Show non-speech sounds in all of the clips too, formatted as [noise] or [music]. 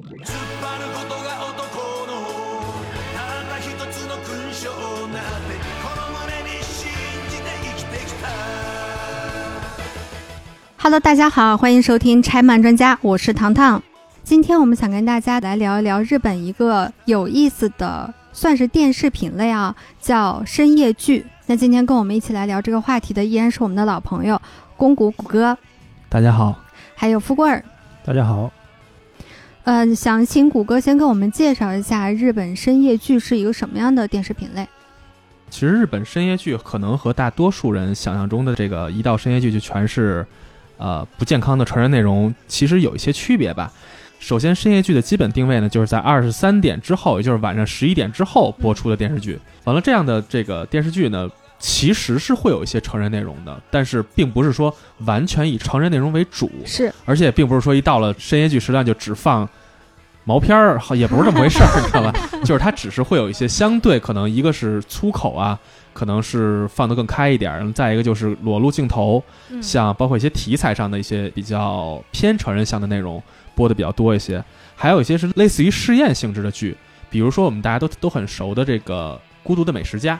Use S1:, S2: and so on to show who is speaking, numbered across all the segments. S1: 突っ張ることが男のただ一つの勲章なんてこの胸に信じて生きてきた
S2: Hello，大家好，欢迎收听拆漫专家，我是糖糖。今天我们想跟大家来聊一聊日本一个有意思的，算是电视品类啊，叫深夜剧。那今天跟我们一起来聊这个话题的，依然是我们的老朋友宫谷谷歌，
S3: 大家好，
S2: 还有富贵儿。
S3: 大家好，
S2: 嗯、想请谷歌先跟我们介绍一下日本深夜剧是一个什么样的电视品类？
S3: 其实日本深夜剧可能和大多数人想象中的这个一到深夜剧就全是，呃，不健康的成人内容，其实有一些区别吧。首先，深夜剧的基本定位呢，就是在二十三点之后，也就是晚上十一点之后播出的电视剧。完了，这样的这个电视剧呢，其实是会有一些成人内容的，但是并不是说完全以成人内容为主，
S2: 是
S3: 而且并不是说一到了深夜剧时段就只放毛片儿，好也不是这么回事儿，你知道吧？就是它只是会有一些相对可能，一个是粗口啊，可能是放得更开一点儿，然后再一个就是裸露镜头，
S2: 嗯
S3: 像包括一些题材上的一些比较偏成人向的内容播的比较多一些，还有一些是类似于试验性质的剧，比如说我们大家都都很熟的这个《孤独的美食家》，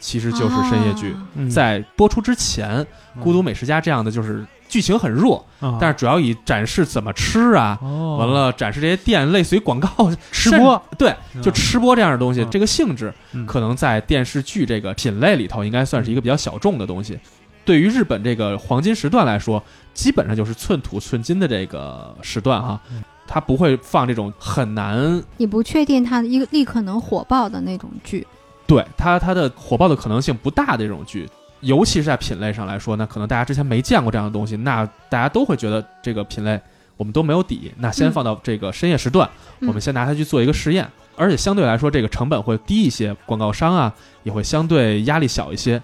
S3: 其实就是深夜剧。
S2: 啊
S4: 嗯
S3: 在播出之前，《孤独美食家》这样的就是剧情很弱，
S4: 啊
S3: 但是主要以展示怎么吃啊，
S4: 哦，
S3: 完了展示这些店类似于广告 [laughs]
S4: 吃播，
S3: 甚对，就吃播这样的东西，
S4: 嗯
S3: 这个性质
S4: 嗯
S3: 可能在电视剧这个品类里头应该算是一个比较小众的东西。对于日本这个黄金时段来说，基本上就是寸土寸金的这个时段哈
S4: 嗯，
S3: 它不会放这种很难
S2: 你不确定它一个立刻能火爆的那种剧。
S3: 对它它的火爆的可能性不大的这种剧，尤其是在品类上来说呢，可能大家之前没见过这样的东西，那大家都会觉得这个品类我们都没有底，那先
S2: 嗯
S3: 放到这个深夜时段，
S2: 嗯
S3: 我们先拿它去做一个试验，而且相对来说这个成本会低一些，广告商啊也会相对压力小一些，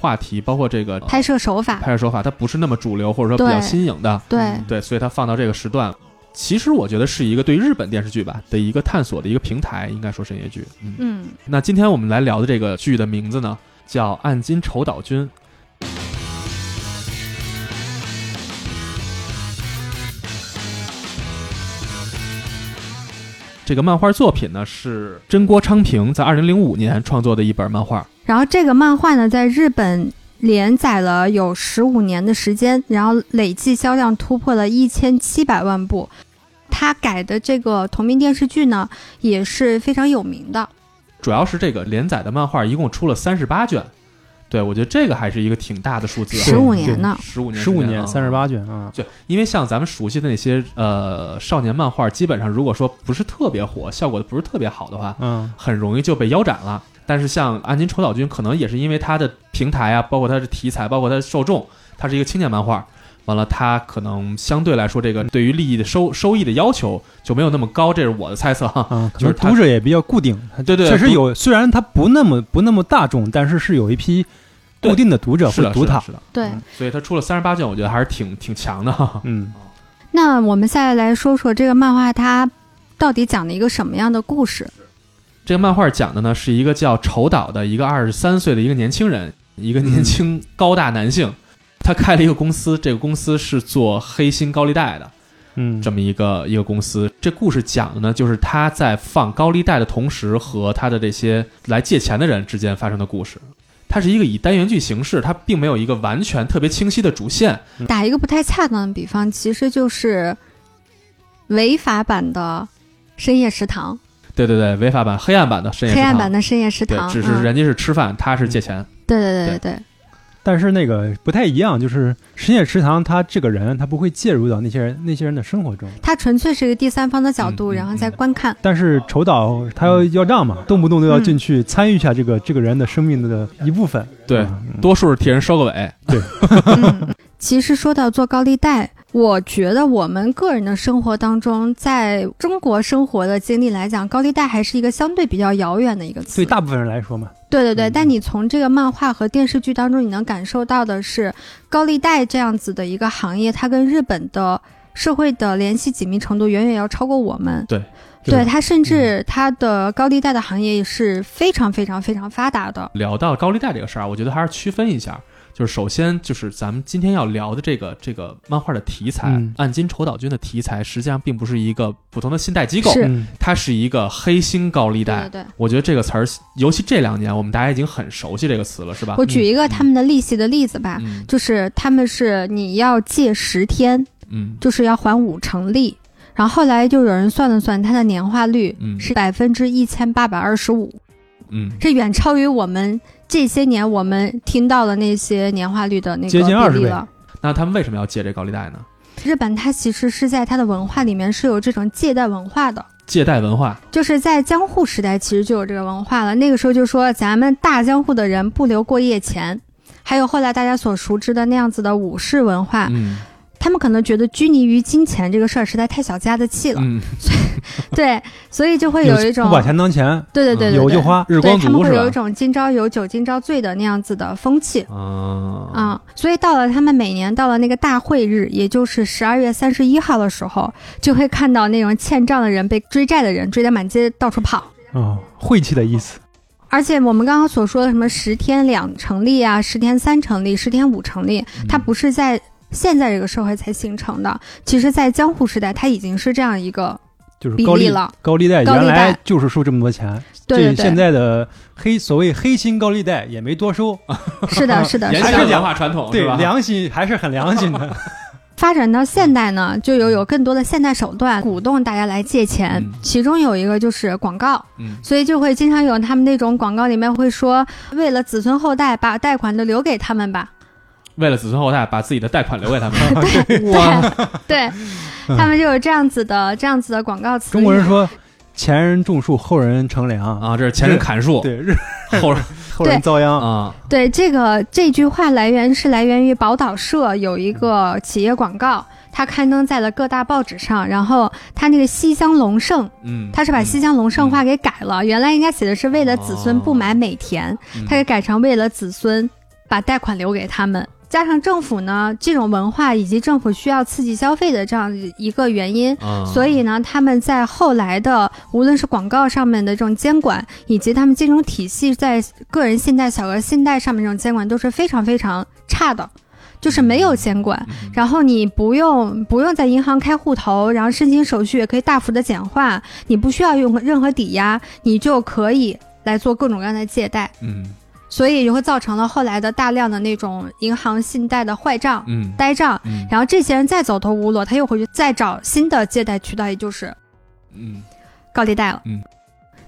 S3: 话题包括这个
S2: 拍摄手法，
S3: 啊拍摄手法它不是那么主流或者说比
S2: 对
S3: 较新颖的，
S2: 对，
S3: 对，所以它放到这个时段。其实我觉得是一个对日本电视剧吧的一个探索的一个平台，应该说深夜剧。嗯，
S2: 嗯，
S3: 那今天我们来聊的这个剧的名字呢，叫《暗金丑岛君》。这个漫画作品呢是真锅昌平在二零零五年创作的一本漫画，
S2: 然后这个漫画呢，在日本连载了有十五年的时间，然后累计销量突破了一千七百万部。他改的这个同名电视剧呢，也是非常有名的。
S3: 主要是这个连载的漫画一共出了三十八卷，对我觉得这个还是一个挺大的数字、
S2: 十
S3: 啊，
S2: 五年呢，
S3: 十五年
S4: 十
S3: 时
S4: 五
S3: 间啊
S4: 年三十八卷啊，
S3: 对，因为像咱们熟悉的那些呃少年漫画，基本上如果说不是特别火，效果不是特别好的话，
S4: 嗯
S3: 很容易就被腰斩了。但是像《暗金丑岛君》，可能也是因为它的平台啊，包括它的题材，包括它的受众，它是一个青年漫画。完了，它可能相对来说，这个对于利益的收收益的要求就没有那么高，这是我的猜测哈。 [laughs]
S4: 啊，
S3: 就
S4: 就是是
S3: 他
S4: 读者也比较固定，
S3: 对对，
S4: 确实
S3: 不
S4: 有，虽然它不那么不那么大众，但是是有一批
S3: 对
S4: 固定的读者
S3: 是
S4: 会
S3: 的，
S4: 读
S3: 是的
S4: 它，
S3: 是的。
S2: 对，
S4: 嗯
S3: 所以它出了三十八卷，我觉得还是挺挺强的哈。
S4: 嗯
S2: 那我们下来来说说这个漫画它到底讲了一个什么样的故事？
S3: 这个漫画讲的呢是一个叫丑岛的一个二十三岁的一个年轻人，一个
S4: 嗯
S3: 年轻高大男性，他开了一个公司，这个公司是做黑心高利贷的
S4: 嗯，
S3: 这么一个一个公司。这故事讲的呢就是他在放高利贷的同时，和他的这些来借钱的人之间发生的故事。它是一个以单元剧形式，它并没有一个完全特别清晰的主线。
S2: 打一个不太恰当的比方，其实就是违法版的深夜食堂，
S3: 对对对，违法版、黑暗版的深夜
S2: 黑
S3: 食
S2: 暗
S3: 堂
S2: 版的深夜食
S3: 对
S2: 堂，，
S3: 只是
S2: 嗯
S3: 人家是吃饭，他是借钱。
S2: 对对对对对，
S4: 但是那个不太一样，就是深夜食堂，他这个人他不会介入到那些人那些人的生活中，
S2: 它纯粹是一个第三方的角度，
S3: 嗯嗯
S2: 然后再观看。
S4: 但是丑岛他要要账嘛，动不动都要
S3: 嗯
S4: 进去参与一下这个这个人的生命的一部分，
S3: 对，
S4: 嗯
S3: 多数是替人收个尾。
S2: 嗯，其实说到做高利贷，我觉得我们个人的生活当中，在中国生活的经历来讲，高利贷还是一个相对比较遥远的一个词。
S4: 对大部分人来说嘛，
S2: 对对对
S4: 嗯
S2: 但你从这个漫画和电视剧当中，你能感受到的是，高利贷这样子的一个行业，它跟日本的社会的联系紧密程度远远要超过我们。
S3: 对，
S2: 对，它甚至它的高利贷的行业也是非常非常非常发达的。
S3: 聊到高利贷这个事儿啊，我觉得还是区分一下。就是首先就是咱们今天要聊的这个这个漫画的题材，
S4: 嗯
S3: 暗金丑岛君的题材，实际上并不是一个普通的信贷机构，
S2: 是
S4: 嗯
S3: 它是一个黑心高利贷。
S2: 对对对。
S3: 我觉得这个词儿，尤其这两年，我们大家已经很熟悉这个词了，
S4: 啊
S3: 是吧？
S2: 我举
S4: 嗯
S2: 一个他们的利息的例子吧，
S3: 嗯
S2: 就是他们是你要借十天，
S3: 嗯
S2: 就是要还五成利。然后后来就有人算了算，它的年化率
S3: 嗯
S2: 是百分之一千八百二十五，
S3: 嗯，
S2: 这远超于我们这些年我们听到的那些年化率的那个
S4: 接近
S2: 比
S4: 20
S2: 例
S4: 倍
S2: 了。
S3: 那他们为什么要借这高利贷呢？
S2: 日本它其实是在它的文化里面是有这种借贷文化的，
S3: 借贷文化，
S2: 就是在江户时代，其实就有这个文化了。那个时候就说咱们大江户的人不留过夜钱，还有后来大家所熟知的那样子的武士文化，
S3: 嗯
S2: 他们可能觉得拘泥于金钱这个事儿实在太小家子气了，
S3: 嗯，
S2: 对，所以就会有一种
S4: 不把钱当钱，
S2: 对对对对
S4: 有就
S2: 对，
S4: 花。
S3: 日
S2: 对
S3: 光
S2: 他们
S3: 族
S2: 会
S3: 是
S2: 有一
S3: 吧？
S2: 种今朝有酒今朝醉的那样子的风气。
S3: 啊
S2: 啊、所以到了他们每年到了那个大会日，也就是十二月三十一号的时候，就会看到那种欠账的人被追债的人追得满街到处跑。
S4: 啊，晦气的意思。
S2: 而且我们刚刚所说的什么十天两成立啊，十天三成立，十天五成立，
S3: 嗯
S2: 它不是在现在这个社会才形成的，其实，在江户时代，它已经是这样一个
S4: 就是
S2: 比
S4: 高
S2: 例
S4: 利
S2: 了。
S4: 高利贷
S2: 高利
S4: 原
S2: 贷
S4: 来就是收这么多钱，
S2: 对对
S4: 这现
S2: 对，
S4: 在的黑所谓黑心高利贷也没多收，
S2: [laughs] 是的，是的，
S3: 延
S2: 是
S3: 续
S4: 还
S2: 的。
S3: 文化传统，
S4: 对
S3: 哦是吧？
S4: 良心还是很良
S3: [laughs]
S4: 心的。
S2: 发展到现代呢，就有有更多的现代手段鼓动大家来借钱，
S3: 嗯
S2: 其中有一个就是广告，
S3: 嗯
S2: 所以就会经常有他们那种广告里面会说，为了子孙后代，把贷款都留给他们吧。
S3: 为了子孙后代，把自己的贷款留给他们。
S4: [laughs]
S2: 对对，他们就有这样子的这样子的广告词语。
S4: 中国人说前人种树，后人乘凉。
S3: 啊，这是前人砍树，
S4: 对，日
S3: 后
S4: [laughs]
S3: 人
S4: 后人遭殃。
S3: 啊，
S2: 对这个这句话来源是来源于宝岛社有一个企业广告，它刊登在了各大报纸上。然后它那个西乡隆盛，
S3: 嗯，哦
S2: 它是把西乡隆盛话给改了，原来应该写的是为了子孙不买美田，
S3: 嗯
S2: 它给改成为了子孙把贷款留给他们。加上政府呢这种文化以及政府需要刺激消费的这样一个原因，
S3: 啊，
S2: 所以呢，他们在后来的无论是广告上面的这种监管，以及他们金融体系在个人信贷、小额信贷上面这种监管都是非常非常差的，就是没有监管。
S3: 嗯
S2: 然后你不用不用在银行开户头，然后申请手续也可以大幅的简化，你不需要用任何抵押，你就可以来做各种各样的借贷，
S3: 嗯
S2: 所以也会造成了后来的大量的那种银行信贷的坏账、
S3: 嗯
S2: 呆账。
S3: 嗯
S2: 然后这些人再走投无路，他又回去再找新的借贷渠道，也就是
S3: 嗯
S2: 高利贷了。
S3: 嗯，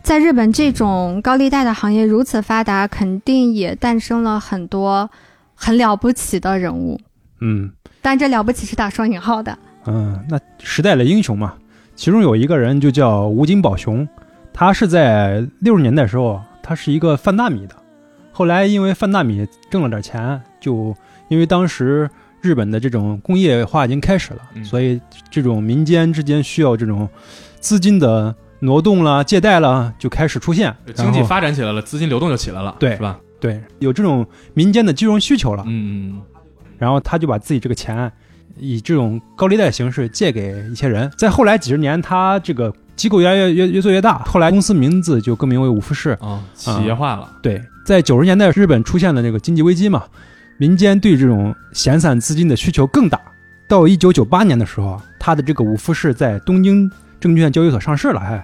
S2: 在日本这种高利贷的行业如此发达，肯定也诞生了很多很了不起的人物。
S4: 嗯
S2: 但这了不起是打双引号的。
S4: 嗯，那时代的英雄嘛，其中有一个人就叫吴金宝雄，他是在六十年代时候，他是一个贩大米的，后来因为贩大米挣了点钱，就因为当时日本的这种工业化已经开始了，
S3: 嗯
S4: 所以这种民间之间需要这种资金的挪动啦、借贷啦，就开始出现
S3: 嗯，，经济
S4: 然后
S3: 发展起来了，资金流动就起来了，
S4: 对
S3: 是吧？
S4: 对有这种民间的金融需求了，
S3: 嗯
S4: 然后他就把自己这个钱以这种高利贷形式借给一些人。在后来几十年，他这个机构越来越越越做越大，后来公司名字就更名为五富士。
S3: 啊，企业化了，
S4: 对，在九十年代日本出现了这个经济危机嘛，民间对这种闲散资金的需求更大。到一九九八年的时候，他的这个五富士在东京证券交易所上市了，还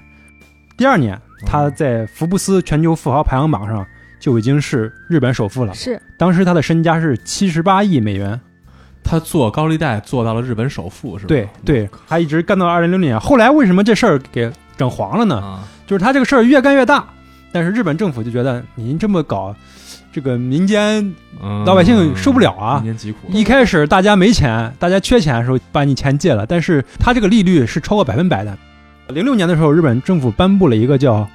S4: 第二年他在福布斯全球富豪排行榜上就已经是日本首富了。
S2: 是
S4: 当时他的身家是七十八亿美元，
S3: 他做高利贷做到了日本首富，是吧？嗯
S4: 对对，他一直干到二零零零年。后来为什么这事儿给整黄了呢？
S3: 啊，
S4: 就是他这个事儿越干越大，但是日本政府就觉得您这么搞，这个民间
S3: 嗯
S4: 老百姓受不了啊
S3: 民间疾苦，
S4: 一开始大家没钱，大家缺钱的时候把你钱借了，但是他这个利率是超过百分百的。零六年的时候，日本政府颁布了一个叫《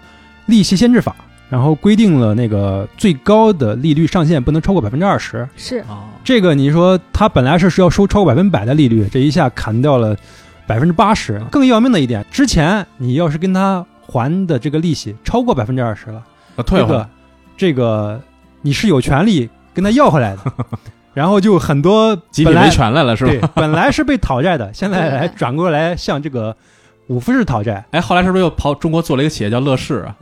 S4: 利息限制法》，然后规定了那个最高的利率上限不能超过百分之二十。
S2: 是，
S3: 啊，
S4: 这个你说他本来是要收超过百分百的利率，这一下砍掉了百分之八十。更要命的一点，之前你要是跟他还的这个利息超过百分之二十了，
S3: 啊退
S4: 这
S3: 回来
S4: 个这个你是有权利跟他
S3: [laughs]
S4: 要回来的。然后就很多
S3: 集体
S4: 本来
S3: 维权来了，是吧？
S4: 对，
S3: [laughs]
S4: 本来是被讨债的，现
S2: 对
S4: 在来转过来向这个五富士讨债。
S3: 哎，后来是不是又跑中国做了一个企业叫乐视啊？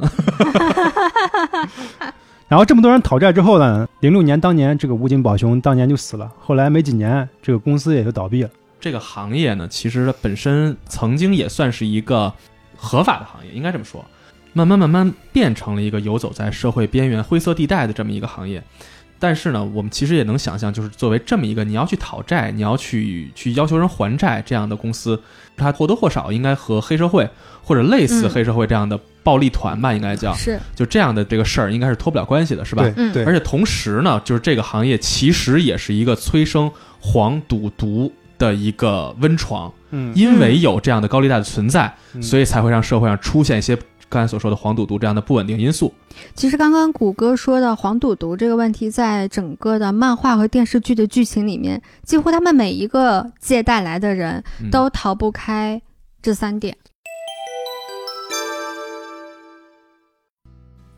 S4: 然后这么多人讨债之后呢，零六年当年这个武警宝雄当年就死了，后来没几年这个公司也就倒闭了。
S3: 这个行业呢，其实它本身曾经也算是一个合法的行业，应该这么说。慢慢慢慢变成了一个游走在社会边缘、灰色地带的这么一个行业。但是呢，我们其实也能想象，就是作为这么一个你要去讨债、你要去去要求人还债这样的公司，它或多或少应该和黑社会或者类似
S2: 嗯
S3: 黑社会这样的暴力团吧，应该叫
S2: 是，
S3: 就这样的这个事儿，应该是脱不了关系的，是吧？
S2: 嗯
S3: 而且同时呢，就是这个行业其实也是一个催生黄赌毒的一个温床，
S4: 嗯
S3: 因为有这样的高利贷的存在，
S4: 嗯
S3: 所以才会让社会上出现一些刚才所说的黄赌毒这样的不稳定因素。
S2: 其实刚刚谷歌说的黄赌毒这个问题，在整个的漫画和电视剧的剧情里面，几乎他们每一个借贷来的人
S3: 嗯
S2: 都逃不开这三点。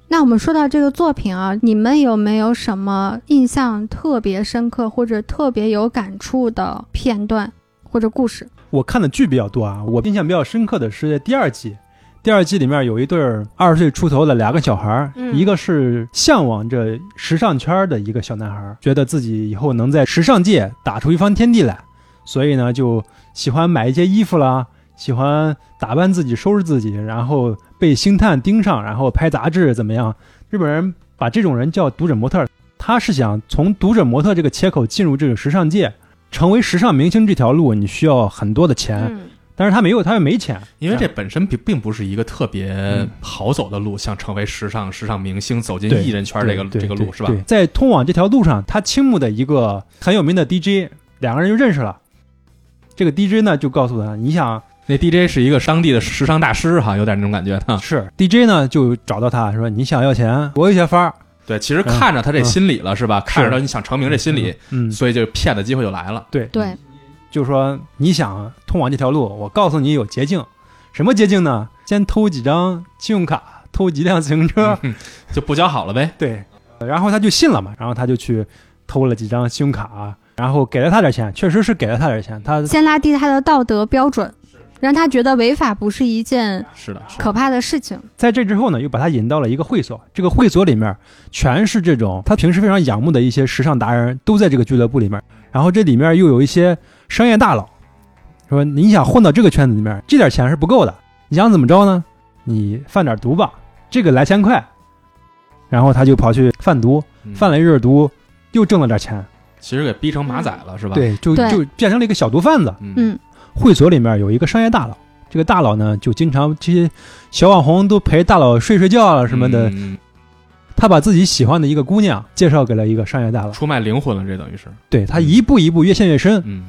S2: 那我们说到这个作品啊，你们有没有什么印象特别深刻或者特别有感触的片段或者故事？
S4: 我看的剧比较多啊，我印象比较深刻的是第二季。第二季里面有一对二十岁出头的两个小孩儿，
S2: 嗯
S4: 一个是向往着时尚圈儿的一个小男孩儿，觉得自己以后能在时尚界打出一番天地来，所以呢就喜欢买一些衣服啦，喜欢打扮自己、收拾自己，然后被星探盯上，然后拍杂志怎么样？日本人把这种人叫读者模特儿，他是想从读者模特这个切口进入这个时尚界，成为时尚明星这条路，你需要很多的钱，
S2: 嗯，
S4: 但是他没有，他又没钱，
S3: 因为这本身并并不是一个特别
S4: 嗯
S3: 好走的路，想成为时尚时尚明星、走进
S4: 对
S3: 艺人圈这个
S4: 对
S3: 这个路是吧
S4: 对？对在通往这条路上，他倾慕的一个很有名的 DJ，两个人就认识了。这个 DJ 呢，就告诉他，你想
S3: 那 DJ 是一个当地的时尚大师哈，有点那种感觉哈。
S4: 是 DJ 呢，就找到他说，你想要钱，我有些法儿，
S3: 对，其实
S4: 嗯
S3: 看着他这心理了、是吧？看着他你想成名这心理，
S4: 嗯，嗯，
S3: 所以就骗的机会就来了。
S4: 对，
S2: 对，
S4: 就说你想通往这条路，我告诉你有捷径，什么捷径呢？先偷几张信用卡，偷几辆自行车，
S3: 就不交好了呗。
S4: [laughs] 对，然后他就信了嘛，然后他就去偷了几张信用卡，然后给了他点钱，确实是给了他点钱，他
S2: 先拉低他的道德标准，让他觉得违法不是一件
S3: 是的，是的
S2: 可怕的事情。
S4: 在这之后呢，又把他引到了一个会所，这个会所里面全是这种他平时非常仰慕的一些时尚达人，都在这个俱乐部里面，然后这里面又有一些商业大佬，说你想混到这个圈子里面，这点钱是不够的，你想怎么着呢？你贩点毒吧，这个来钱快，然后他就跑去贩毒，
S3: 嗯
S4: 贩了一阵毒，又挣了点钱，
S3: 其实给逼成马仔了，是吧？，
S4: 对，就
S2: 对
S4: 就变成了一个小毒贩子。
S3: 嗯，
S2: 嗯，
S4: 会所里面有一个商业大佬，这个大佬呢就经常这些小网红都陪大佬睡睡觉啊什么的。
S3: 嗯
S4: 他把自己喜欢的一个姑娘介绍给了一个商业大佬，
S3: 出卖灵魂了，这等于是，
S4: 对他一步一步越陷越深。
S3: 嗯，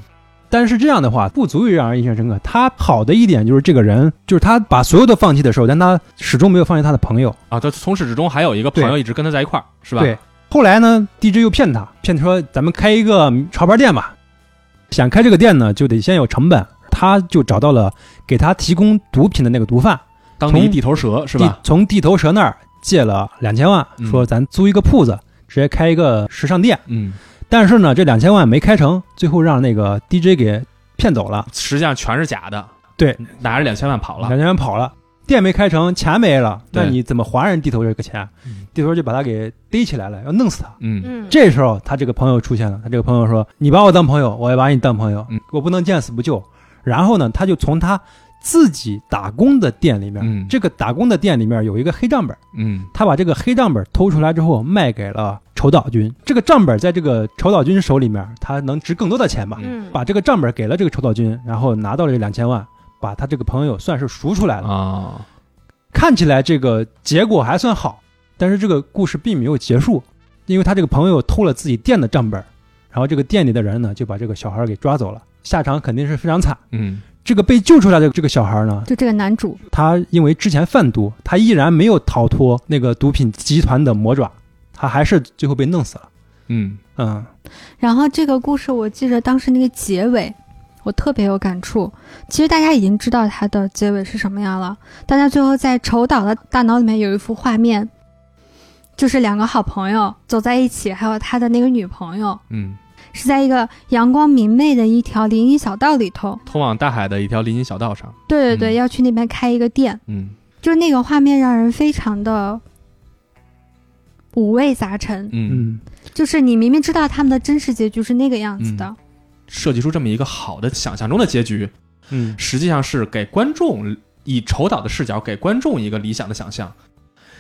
S4: 但是这样的话不足以让人印象深刻。他好的一点就是这个人，就是他把所有的放弃的时候，但他始终没有放弃他的朋友。
S3: 啊，他从始至终还有一个朋友一直跟他在一块儿，是吧？
S4: 对，后来呢，DJ 又骗他，骗他说咱们开一个潮牌店吧。想开这个店呢，就得先有成本。他就找到了给他提供毒品的那个毒贩，
S3: 当地地头蛇是
S4: 地
S3: 吧？
S4: 从地头蛇那儿借了两千万，
S3: 嗯
S4: 说咱租一个铺子，直接开一个时尚店。
S3: 嗯，
S4: 但是呢，这两千万没开成，最后让那个 DJ 给骗走了，
S3: 实际上全是假的，
S4: 对，
S3: 拿着两千万跑
S4: 两
S3: 了，
S4: 千万跑了，店没开成，钱没了，那
S3: 对
S4: 你怎么还人地头这个钱
S3: 嗯？
S4: 地头就把他给逮起来了，要弄死他。
S3: 嗯，
S2: 嗯，
S4: 这时候他这个朋友出现了，他这个朋友说：“你把我当朋友，我也把你当朋友
S3: 嗯，
S4: 我不能见死不救。”然后呢，他就从他自己打工的店里面，
S3: 嗯
S4: 这个打工的店里面有一个黑账本。
S3: 嗯，
S4: 他把这个黑账本偷出来之后，卖给了筹岛君。这个账本在这个筹岛君手里面，他能值更多的钱吧？
S2: 嗯，
S4: 把这个账本给了这个筹岛君，然后拿到了这两千万，把他这个朋友算是赎出来了。
S3: 啊，
S4: 看起来这个结果还算好，但是这个故事并没有结束，因为他这个朋友偷了自己店的账本，然后这个店里的人呢就把这个小孩给抓走了，下场肯定是非常惨。
S3: 嗯，
S4: 这个被救出来的这个小孩呢，
S2: 就这个男主，
S4: 他因为之前贩毒，他依然没有逃脱那个毒品集团的魔爪，他还是最后被弄死了。
S3: 嗯，
S4: 嗯，
S2: 然后这个故事我记着当时那个结尾，我特别有感触。其实大家已经知道它的结尾是什么样了，但他最后在丑岛的大脑里面有一幅画面，就是两个好朋友走在一起，还有他的那个女朋友
S3: 嗯，
S2: 是在一个阳光明媚的一条林荫小道里头。
S3: 通往大海的一条林荫小道上，
S2: 对对对，
S3: 嗯
S2: 要去那边开一个店，
S3: 嗯，
S2: 就是那个画面让人非常的五味杂陈，
S3: 嗯，
S4: 嗯，
S2: 就是你明明知道他们的真实结局是那个样子
S3: 嗯
S2: 的，
S3: 设计出这么一个好的想象中的结局，
S4: 嗯，
S3: 实际上是给观众以丑导的视角给观众一个理想的想象，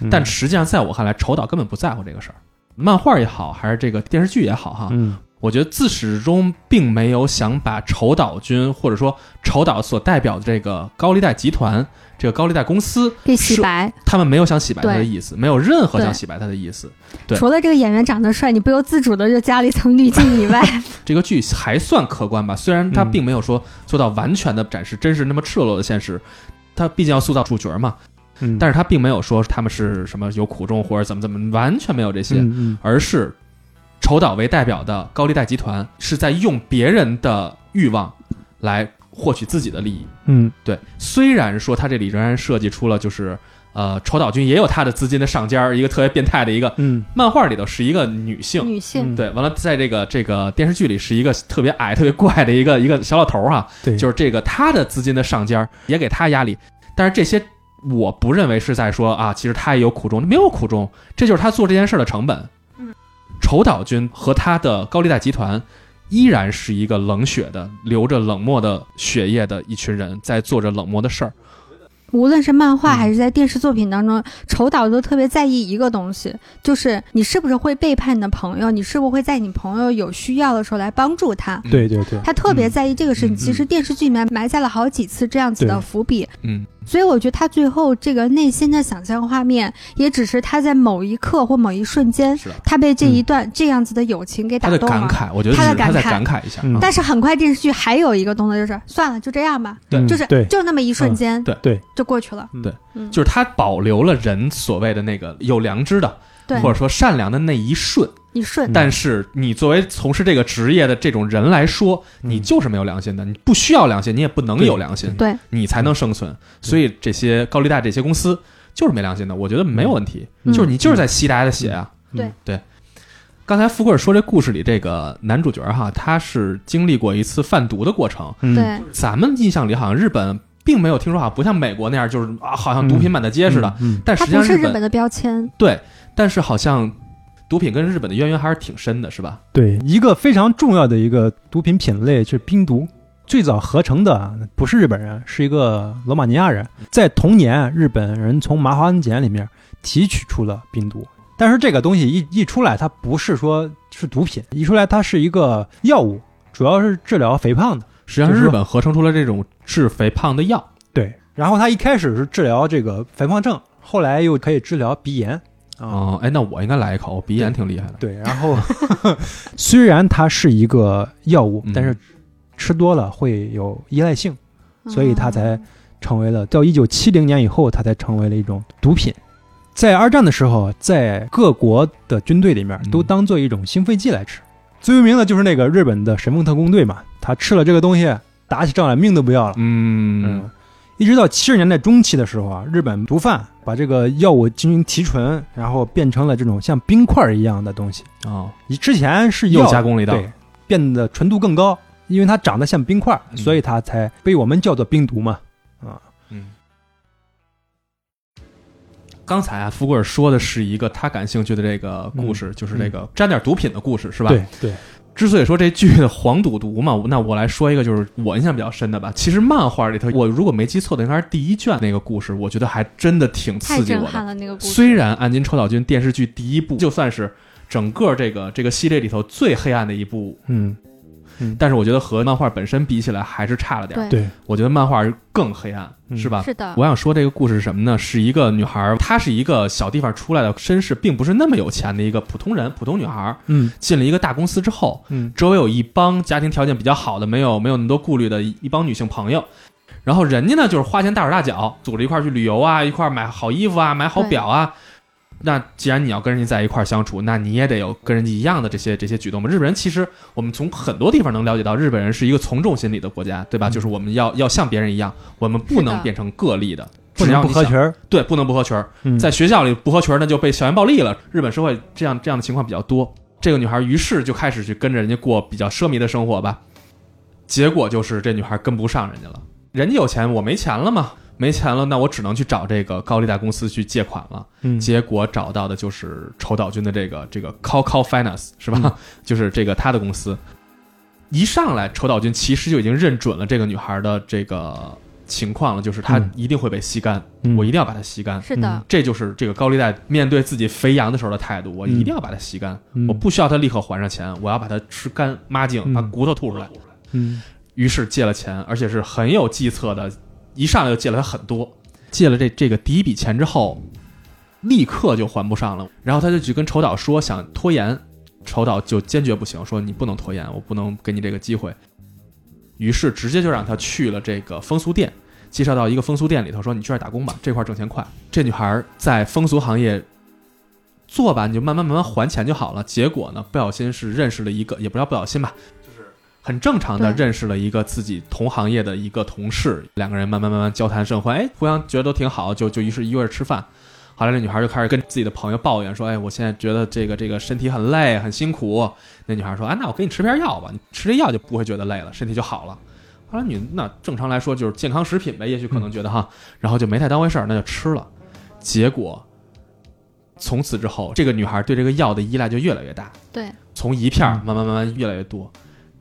S4: 嗯
S3: 但实际上在我看来，丑导根本不在乎这个事儿。漫画也好，还是这个电视剧也好，哈，
S4: 嗯
S3: 我觉得自始至终并没有想把丑岛君或者说丑岛所代表的这个高利贷集团、这个高利贷公司，
S2: 给洗白。
S3: 他们没有想洗白他的
S2: 对
S3: 意思，没有任何想
S2: 对
S3: 洗白他的意思。对
S2: 除了这个演员长得帅，你不由自主的就加了一层滤镜以
S3: [laughs]
S2: 外，
S3: 这个剧还算客观吧，虽然它
S4: 嗯
S3: 并没有说做到完全的展示真实那么赤裸裸的现实，它毕竟要塑造主角嘛，
S4: 嗯，
S3: 但
S4: 是
S3: 是它并没有说他们是什么有苦衷或者怎么怎么，完全没有这些。
S4: 嗯
S3: 而是丑岛为代表的高利贷集团是在用别人的欲望来获取自己的利益。
S4: 嗯
S3: 对，虽然说它这里仍然设计出了就是呃，丑岛君也有他的资金的上家儿，一个特别变态的一个
S4: 嗯
S3: 漫画里头是一个女性。
S2: 女性
S4: 嗯
S3: 对，完了，在这个这个电视剧里是一个特别矮、特别怪的一个一个小老头儿、哈，
S4: 对，
S3: 就是这个他的资金的上家儿也给他压力，但是这些我不认为是在说啊，其实他也有苦衷，没有苦衷，这就是他做这件事儿的成本。
S2: 嗯，
S3: 丑岛君和他的高利贷集团依然是一个冷血的、流着冷漠的血液的一群人，在做着冷漠的事儿。
S2: 无论是漫画
S3: 嗯
S2: 还是在电视作品当中，丑导都特别在意一个东西，就是你是不是会背叛你的朋友，你是不是会在你朋友有需要的时候来帮助他。
S4: 对对对，
S2: 他特别在意这个事情，
S3: 嗯
S2: 其实电视剧里面埋下了好几次这样子的
S4: 对
S2: 伏笔，
S3: 嗯，
S2: 所以我觉得他最后这个内心的想象画面，也只是他在某一刻或某一瞬间，
S3: 是的，
S2: 他被这一段这样子的友情给
S3: 嗯他
S2: 打
S3: 的
S2: 动
S3: 感
S2: 了。
S3: 慨，我觉得只
S2: 他的
S3: 是他在
S2: 感
S3: 感慨一下。
S4: 嗯
S3: 啊
S2: 但是很快电视剧还有一个动作，就是算了，就这样吧，
S4: 嗯
S2: 就是
S4: 对，
S2: 就那么一瞬间，
S3: 嗯对
S4: 对，
S2: 就过去了。
S3: 对
S2: 嗯，
S3: 就是他保留了人所谓的那个有良知的，
S2: 对
S3: 或者说善良的那一瞬，
S2: 一瞬
S4: 嗯，
S3: 但是你作为从事这个职业的这种人来说，
S4: 嗯
S3: 你就是没有良心的，你不需要良心，你也不能有良心，
S2: 对，
S3: 你才能生存。所以这些高利贷这些公司就是没良心的，我觉得没有问题，
S2: 嗯
S3: 就是你就是在吸大家的血啊。
S4: 嗯
S2: 对
S3: 对。刚才富贵尔说这故事里这个男主角哈，他是经历过一次贩毒的过程。
S4: 嗯
S2: 对，
S3: 咱们印象里好像日本并没有听说啊，不像美国那样就是啊，好像毒品满大街似的。，
S4: 嗯
S3: 但实
S2: 它
S3: 际上
S2: 不是
S3: 日
S2: 日
S3: 本
S2: 本的标签，
S3: 对，但是好像毒品跟日本的渊源还是挺深的，是吧？
S4: 对，一个非常重要的一个毒品品类就是冰毒，最早合成的不是日本人，是一个罗马尼亚人。在同年，日本人从麻黄碱里面提取出了冰毒，但是这个东西一一出来，它不是说是毒品，一出来它是一个药物，主要是治疗肥胖的。
S3: 实际上，
S4: 就是
S3: 日
S4: 说
S3: 本合成出了这种治肥胖的药
S4: 对，然后它一开始是治疗这个肥胖症，后来又可以治疗鼻炎啊。
S3: 哦，哎，那我应该来一口，我鼻炎挺厉害的。
S4: 对，然后 [laughs] 虽然它是一个药物
S3: 嗯，
S4: 但是吃多了会有依赖性。所以它才
S2: 嗯
S4: 成为了到一九七零年以后，它才成为了一种毒品。在二战的时候，在各国的军队里面
S3: 嗯
S4: 都当做一种兴奋剂来吃。最有名的就是那个日本的神风特工队嘛，他吃了这个东西，打起仗来命都不要了。
S3: 嗯，，
S4: 一直到七十年代中期的时候啊，日本毒贩把这个药物进行提纯，然后变成了这种像冰块儿一样的东西。
S3: 哦，
S4: 你之前是
S3: 又
S4: 药
S3: 加工了一道
S4: 对，变得纯度更高，因为它长得像冰块儿，
S3: 嗯
S4: 所以它才被我们叫做冰毒嘛。
S3: 嗯。刚才啊，富贵尔说的是一个他感兴趣的这个故事，就是这个沾点毒品的故事，是吧？。
S4: 对对，
S3: 之所以说这剧的黄赌毒嘛，那我来说一个就是我印象比较深的吧。其实漫画里头，我如果没记错的，应该是第一卷那个故事，我觉得还真的挺
S2: 太
S3: 刺激
S2: 震
S3: 我的
S2: 撼。了那个故事。
S3: 虽然《暗金丑岛君》电视剧第一部就算是整个这个这个系列里头最黑暗的一部，
S4: 嗯，
S3: 但是我觉得和漫画本身比起来还是差了点儿。
S2: 对，
S4: 对，
S3: 我觉得漫画更黑暗，
S4: 嗯
S3: 是吧？
S2: 是的，
S3: 我想说这个故事是什么呢？是一个女孩儿，她是一个小地方出来的，身世并不是那么有钱的一个普通人，普通女孩儿
S4: 嗯
S3: 进了一个大公司之后，
S4: 嗯
S3: 周围有一帮家庭条件比较好的，没有没有那么多顾虑的一一帮女性朋友。然后人家呢，就是花钱大手大脚，组织一块儿去旅游啊，一块儿买好衣服啊，买好表啊。那既然你要跟人家在一块儿相处，那你也得有跟人家一样的这些这些举动嘛。日本人其实我们从很多地方能了解到，日本人是一个从众心理的国家，对吧？
S4: 嗯
S3: 就是我们要要像别人一样，我们
S2: 是
S3: 不
S2: 的
S3: 能变成个例的，
S4: 不
S3: 只要
S4: 能
S3: 你
S4: 不合
S3: 想
S4: 群儿，
S3: 对，不能不合群儿。
S4: 嗯
S3: 在学校里不合群儿，那就被校园暴力了。日本社会这样这样的情况比较多。这个女孩于是就开始去跟着人家过比较奢靡的生活吧，结果就是这女孩跟不上人家了。人家有钱，我没钱了嘛。没钱了，那我只能去找这个高利贷公司去借款了。
S4: 嗯
S3: 结果找到的就是筹岛君的这个这个 Call Call Finance 是吧？
S4: 嗯
S3: 就是这个他的公司。一上来，筹岛君其实就已经认准了这个女孩的这个情况了，就是她
S4: 嗯
S3: 一定会被吸干，
S4: 嗯
S3: 我一定要把她吸干。
S2: 是的，
S3: 这就是这个高利贷面对自己肥羊的时候的态度，我一定要把它吸干，
S4: 嗯
S3: 我不需要他立刻还上钱，我要把它吃干抹净，
S4: 嗯
S3: 把骨头吐出来。
S4: 嗯
S3: 于是借了钱，而且是很有计策的，一上来就借了他很多。借了这这个第一笔钱之后，立刻就还不上了，然后他就去跟筹导说想拖延，筹导就坚决不行，说你不能拖延，我不能给你这个机会。于是直接就让他去了这个风俗店，介绍到一个风俗店里头，说你去这儿打工吧，这块儿挣钱快。这女孩儿在风俗行业做吧，你就慢慢慢慢还钱就好了。结果呢，不小心是认识了一个，也不叫不小心吧，就是很正常的
S2: 对
S3: 认识了一个自己同行业的一个同事，两个人慢慢慢慢交谈甚欢，哎，互相觉得都挺好，就就于是一块儿吃饭。后来那女孩就开始跟自己的朋友抱怨说：“哎，我现在觉得这个这个身体很累，很辛苦。”那女孩说：“啊，那我给你吃片药吧，你吃这药就不会觉得累了，身体就好了。”后来你那正常来说就是健康食品呗，也许可能觉得哈，然后就没太当回事儿，那就吃了。结果从此之后，这个女孩对这个药的依赖就越来越大，
S2: 对，
S3: 从一片儿
S4: 嗯
S3: 慢慢慢慢越来越多。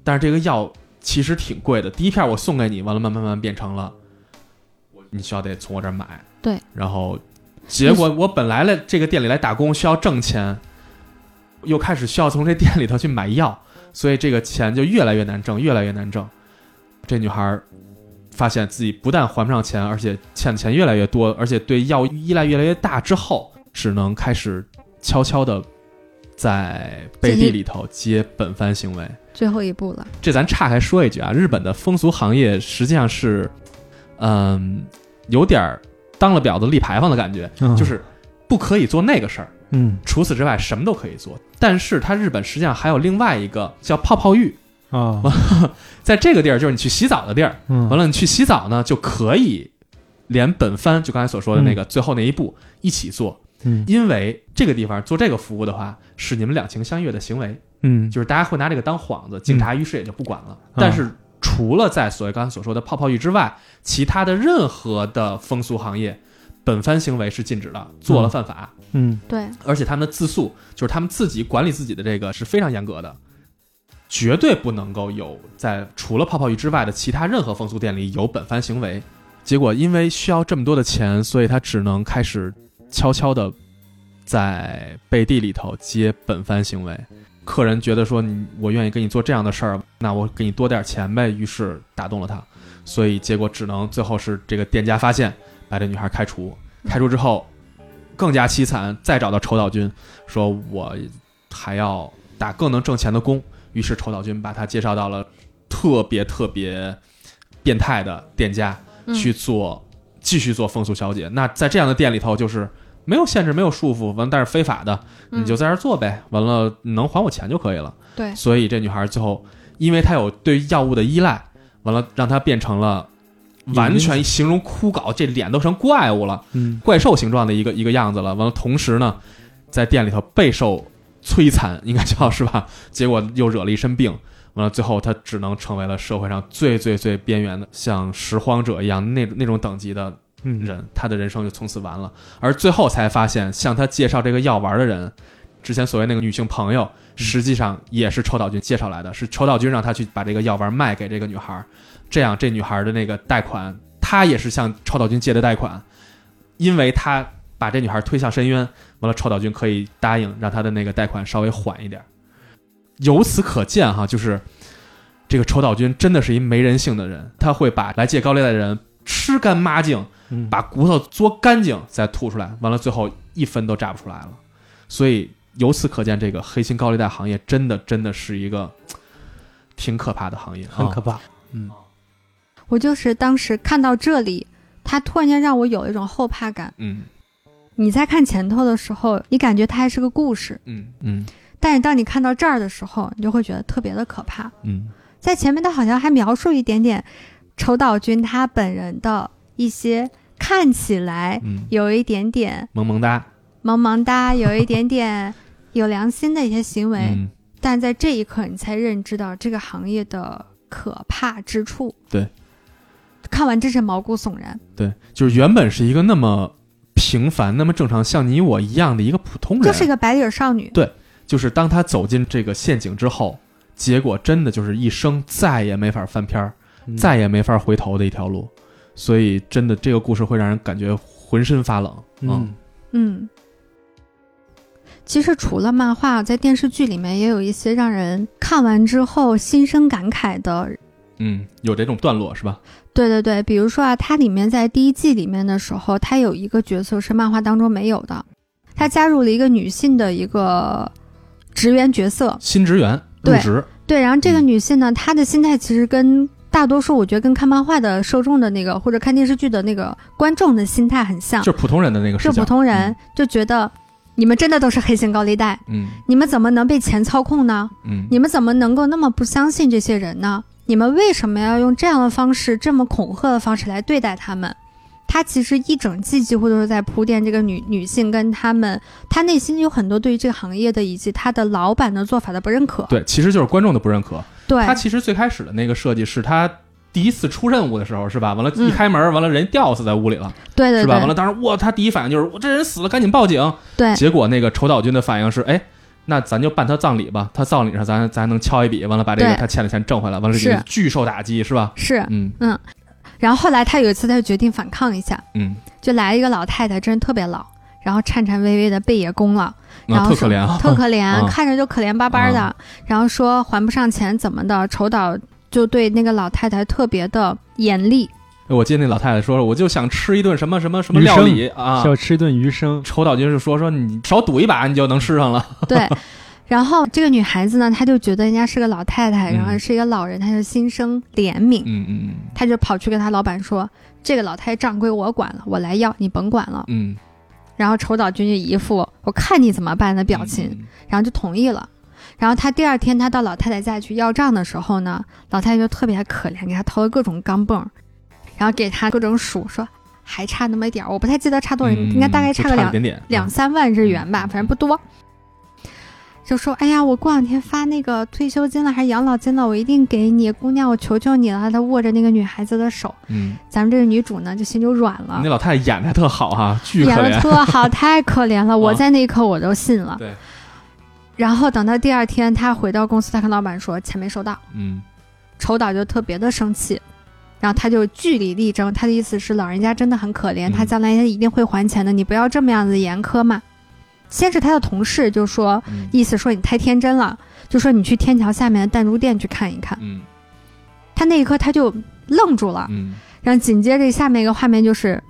S3: 但是这个药其实挺贵的，第一片我送给你，完了慢慢慢慢变成了，我你需要得从我这儿买。
S2: 对，
S3: 然后结果我本来来这个店里来打工需要挣钱，又开始需要从这店里头去买药，所以这个钱就越来越难挣，越来越难挣。这女孩儿发现自己不但还不上钱，而且欠的钱越来越多，而且对药依赖越来越大之后，只能开始悄悄的在背地里头接本番行为。
S2: 最后一步了。
S3: 这咱岔开说一句啊，日本的风俗行业实际上是，嗯，有点儿当了婊子立牌坊的感觉，
S4: 嗯
S3: 就是不可以做那个事儿，
S4: 嗯
S3: 除此之外什么都可以做。但是它日本实际上还有另外一个叫泡泡浴，
S4: 啊
S3: 在这个地儿就是你去洗澡的地儿，
S4: 嗯
S3: 完了，你去洗澡呢就可以连本番，就刚才所说的那个最后那一步一起做，
S4: 嗯
S3: 因为这个地方做这个服务的话，是你们两情相悦的行为，
S4: 嗯
S3: 就是大家会拿这个当幌子，警察于是也就不管了。但是除了在所谓刚才所说的泡泡浴之外，其他的任何的风俗行业，本番行为是禁止的，做了犯法，
S4: 嗯
S2: 对，
S3: 而且他们的自诉就是他们自己管理自己的这个是非常严格的。绝对不能够有在除了泡泡浴之外的其他任何风俗店里有本番行为。结果因为需要这么多的钱，所以他只能开始悄悄的在背地里头接本番行为。客人觉得说你我愿意跟你做这样的事儿，那我给你多点钱呗，于是打动了他，所以结果只能最后是这个店家发现，把这女孩开除。开除之后，更加凄惨，再找到筹岛君，说我还要打更能挣钱的工，于是筹岛君把他介绍到了特别特别变态的店家
S2: 嗯
S3: 去做，继续做风俗小姐。那在这样的店里头，就是没有限制，没有束缚，完但是非法的，
S2: 嗯
S3: 你就在这儿做呗，完了你能还我钱就可以了。
S2: 对
S3: 所以这女孩最后，因为她有对药物的依赖，完了让她变成了完全形容枯槁，这脸都成怪物了，
S4: 嗯
S3: 怪兽形状的一个一个样子了。完了，同时呢，在店里头备受摧残，应该叫是吧？结果又惹了一身病。完了，最后她只能成为了社会上最最最边缘的，像拾荒者一样那那种等级的
S4: 嗯
S3: 人，他的人生就从此完了。而最后才发现，向他介绍这个药丸的人，之前所谓那个女性朋友，实际上也是抽岛君介绍来的，是抽岛君让他去把这个药丸卖给这个女孩儿，这样这女孩儿的那个贷款，他也是向抽岛君借的贷款，因为他把这女孩儿推向深渊，完了抽岛君可以答应让他的那个贷款稍微缓一点儿。由此可见，哈，就是这个抽岛君真的是一没人性的人，他会把来借高利贷的人吃干抹净。
S4: 嗯
S3: 把骨头嘬干净再吐出来，完了最后一分都榨不出来了。所以由此可见，这个黑心高利贷行业真的真的是一个嘖挺可怕的行业，
S4: 很
S3: 啊
S4: 可怕
S2: 我就是当时看到这里，他突然间让我有一种后怕感。
S3: 嗯
S2: 你在看前头的时候，你感觉它还是个故事，
S3: 嗯嗯
S2: 但是当你看到这儿的时候，你就会觉得特别的可怕。
S3: 嗯
S2: 在前面他好像还描述一点点丑岛君他本人的一些看起来
S3: 嗯，
S2: 有一点点
S3: 萌萌哒，
S2: 萌萌哒，有一点点有良心的一些行为，
S3: 嗯
S2: 但在这一刻，你才认知到这个行业的可怕之处。
S3: 对，
S2: 看完真是毛骨悚然。
S3: 对，就是原本是一个那么平凡、那么正常，像你我一样的一个普通人，
S2: 就是一个白领少女，
S3: 就是当他走进这个陷阱之后，结果真的就是一生再也没法翻篇儿，
S4: 嗯
S3: 再也没法回头的一条路。所以，真的这个故事会让人感觉浑身发冷。
S4: 嗯，
S2: 嗯。其实除了漫画，在电视剧里面也有一些让人看完之后心生感慨的。
S3: 嗯，有这种段落是吧？
S2: 对对对，比如说啊，它里面在第一季里面的时候，它有一个角色是漫画当中没有的，它加入了一个女性的一个职员角色，
S3: 新职员入
S2: 对
S3: 职，
S2: 对，然后这个
S3: 嗯
S2: 女性呢，她的心态其实跟大多数我觉得跟看漫画的受众的那个或者看电视剧的那个观众的心态很像，
S3: 啊就是嗯普通人的那个视
S2: 就
S3: 角，
S2: 普通人就觉得你们真的都是黑心高利贷，
S3: 嗯。
S2: 你们怎么能被钱操控呢？
S3: 嗯嗯，
S2: 你们怎么能够那么不相信这些人呢？你们为什么要用这样的方式、这么恐吓的方式来对待他们？他其实一整季几乎都是在铺垫这个女女性跟他们，她内心有很多对于这个行业的以及她的老板的做法的不认可。
S3: 对，其实就是观众的不认可。
S2: 对，
S3: 他其实最开始的那个设计是他第一次出任务的时候，是吧？完了，
S2: 嗯
S3: 一开门，完了人吊死在屋里了，
S2: 对对
S3: 是
S2: 对，
S3: 吧？完了，当时哇，他第一反应就是我这人死了，赶紧报警。
S2: 对
S3: 结果那个筹岛君的反应是，哎，那咱就办他葬礼吧，他葬礼上咱咱能敲一笔，完了把这个
S2: 对
S3: 他欠的钱挣回来，完了
S2: 是
S3: 这个巨受打击，是吧？
S2: 是，
S3: 嗯
S2: 然后后来他有一次，他就决定反抗一下，
S3: 嗯，
S2: 就来一个老太太，真是特别老，然后颤颤巍巍的背也弓了，然
S3: 啊，
S2: 后
S3: 特
S2: 说
S3: 可怜啊，
S2: 特可怜，
S3: 啊
S2: 看着就可怜巴巴的，然后说还不上钱怎么的，筹导就对那个老太太特别的严
S3: [laughs]
S2: 厉，
S3: 我记得那老太太说，我就想吃一顿什么什么什么
S4: 余
S3: 料
S4: 生
S3: 理啊。
S4: 要吃一顿鱼生，
S3: 筹岛君就说说你少赌一把，你就能吃上了。
S2: 对。然后这个女孩子呢，她就觉得人家是个老太太，
S3: 嗯
S2: 然后是一个老人，她就心生怜悯，
S3: 嗯嗯
S2: 她就跑去跟她老板说：“这个老太太账归我管了，我来要，你甭管了。
S3: 嗯，”
S2: 然后筹导君就一副我看你怎么办的表情，
S3: 嗯。嗯
S2: 然后就同意了。然后他第二天他到老太太家去要账的时候呢，老太太就特别可怜，给他掏了各种钢镚儿，然后给他各种数，说还差那么一点儿，我不太记得差多少，
S3: 嗯
S2: 应该大概
S3: 就
S2: 个
S3: 差
S2: 两
S3: 一点点
S2: 两
S3: 嗯
S2: 三万日元吧，反正不多。就说哎呀，我过两天发那个退休金了还是养老金了，我一定给你，姑娘，我求求你了。他握着那个女孩子的手，
S3: 嗯，
S2: 咱们这个女主呢就心就软了
S3: 那，老太太演的还特好哈、巨可
S2: 啊演的
S3: 怜。
S2: 特好，太可怜了。我
S3: [laughs] 啊
S2: 在那一刻我都信了。
S3: 对。
S2: 然后等到第二天，他回到公司，他跟老板说钱没收到，
S3: 嗯
S2: 筹导就特别的生气，然后他就据理力争，他的意思是老人家真的很可怜，
S3: 嗯
S2: 他将来一定会还钱的，你不要这么样子严苛嘛。先是他的同事就说，
S3: 嗯
S2: 意思说你太天真了，就说你去天桥下面的弹珠店去看一看。
S3: 嗯
S2: 他那一刻他就愣住了，
S3: 嗯
S2: 然后紧接着下面一个画面就是，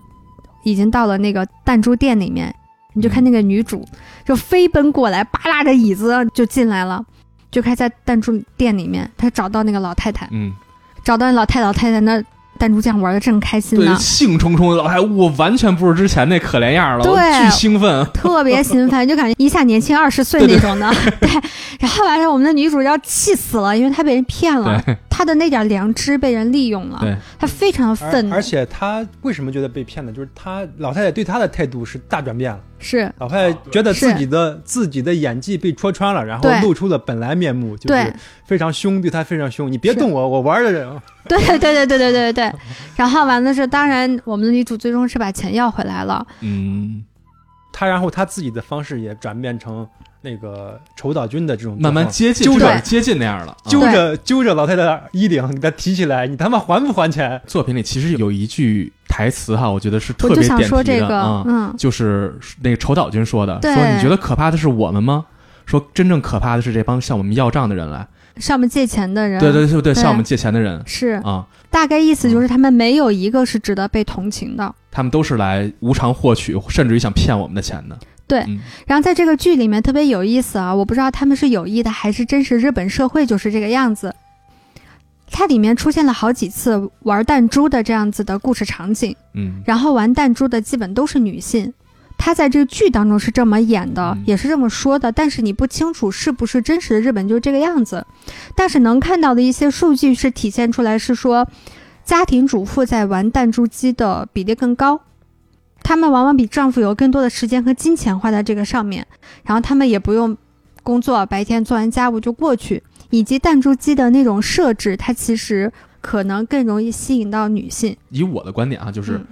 S2: 已经到了那个弹珠店里面，你就看那个女主就飞奔过来，扒拉着椅子就进来了，就开始在弹珠店里面，她找到那个老太太，
S3: 嗯，
S2: 找到老太老太太那弹珠匠玩的正开心
S3: 对，
S2: 呢，
S3: 兴冲冲的老太太，我完全不是之前那可怜样了，我
S2: 对
S3: 巨
S2: [laughs]
S3: 兴奋。
S2: 特别兴奋，就感觉一下年轻二十岁那种
S3: [laughs]
S2: 的。对然后完了，我们的女主要气死了，因为她被人骗了，
S3: 对
S2: 她的那点良知被人利用了
S3: 对，
S2: 她非常愤怒，
S4: 而且他为什么觉得被骗呢？就是他老太太对他的态度是大转变了，
S2: 是
S4: 老太太觉得自己的自己的演技被戳穿了，然后
S2: 对
S4: 露出了本来面目，就
S2: 对
S4: 是非常凶，对他非常凶，你别
S2: 是
S4: 动我，我玩的人。啊
S2: 对 [laughs] 对对对对对对对。然后完了是，当然我们的女主最终是把钱要回来了，
S3: 嗯，
S4: 他然后他自己的方式也转变成那个筹岛君的这种
S3: 慢慢
S4: 状况
S3: 接近，
S4: 纠
S3: 有
S4: 缠
S3: 点接近那样了。啊
S4: 揪着揪着老太太的衣领，给她提起来，你他妈还不还
S2: 嗯
S4: 钱？
S3: 作品里其实有一句台词哈，我觉得是特
S2: 我就
S3: 别点
S2: 想
S3: 题
S2: 说这
S3: 的
S2: 个，
S3: 啊，
S2: 嗯，
S3: 就是那个丑岛君说的，
S2: 对
S3: 说你觉得可怕的是我们吗？说真正可怕的是这帮向我们要账的人来，
S2: 上面借钱的人，
S3: 对嗯对对对，
S2: 对
S3: 向我们借钱的人
S2: 是
S3: 啊，
S2: 大概意思就是他们没有一个是值得被同情的。
S3: 他们都是来无偿获取，甚至于想骗我们的钱的。
S2: 对
S3: 嗯
S2: 然后在这个剧里面特别有意思啊，我不知道他们是有意的还是真实日本社会就是这个样子。它里面出现了好几次玩弹珠的这样子的故事场景，
S3: 嗯
S2: 然后玩弹珠的基本都是女性。她在这个剧当中是这么演的
S3: 嗯，
S2: 也是这么说的，但是你不清楚是不是真实的日本就是这个样子。但是能看到的一些数据是体现出来，是说家庭主妇在玩弹珠机的比例更高，她们往往比丈夫有更多的时间和金钱花在这个上面，然后她们也不用工作，白天做完家务就过去，以及弹珠机的那种设置，它其实可能更容易吸引到女性。
S3: 以我的观点啊，就是
S2: 嗯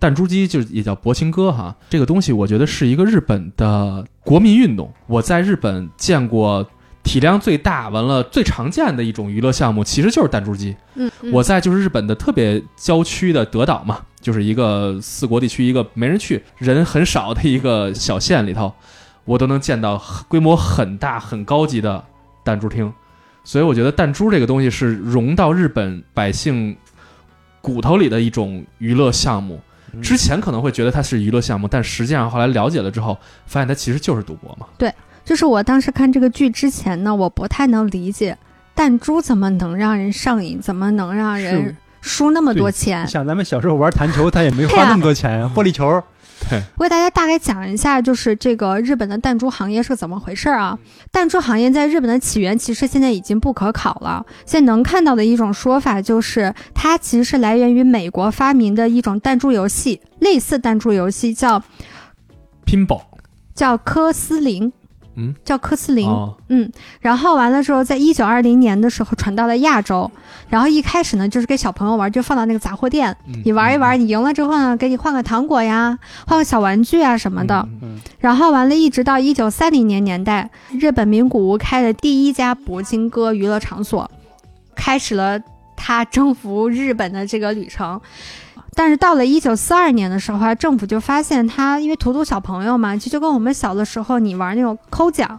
S3: 弹珠机，就是也叫薄情歌哈，这个东西我觉得是一个日本的国民运动。我在日本见过体量最大，完了最常见的一种娱乐项目，其实就是弹珠机。
S2: 嗯，嗯
S3: 我在就是日本的特别郊区的德岛嘛，就是一个四国地区一个没人去、人很少的一个小县里头，我都能见到很规模很大、很高级的弹珠厅。所以我觉得弹珠这个东西是融到日本百姓骨头里的一种娱乐项目。
S4: 嗯
S3: 之前可能会觉得它是娱乐项目，但实际上后来了解了之后，发现它其实就是赌博嘛。
S2: 就是我当时看这个剧之前呢，我不太能理解弹珠怎么能让人上瘾，怎么能让啊人
S4: 是
S2: 输那么多
S4: 对
S2: 钱
S4: 你。想咱们小时候玩弹球，他也没花
S2: 啊
S4: 那么多钱呀，玻璃球，
S2: 我给大家大概讲一下，就是这个日本的弹珠行业是怎么回事儿啊？弹珠行业在日本的起源其实现在已经不可考了。现在能看到的一种说法就是，它其实是来源于美国发明的一种弹珠游戏，类似弹珠游戏叫
S3: 拼宝
S2: 叫科斯林，
S3: 嗯，
S2: 叫科斯林，
S3: 哦，
S2: 嗯，然后完了之后，在一九二零年的时候传到了亚洲，然后一开始呢，就是给小朋友玩，就放到那个杂货店，
S3: 嗯
S2: 你玩一玩，你赢了之后呢，给你换个糖果呀，换个小玩具啊什么的。
S3: 嗯
S4: 嗯，
S2: 然后完了，一直到一九三零年年代，日本名古屋开的第一家铂金哥娱乐场所，开始了他征服日本的这个旅程。但是到了一九四二年的时候啊，政府就发现他因为荼毒小朋友嘛，就就跟我们小的时候你玩那种抠奖，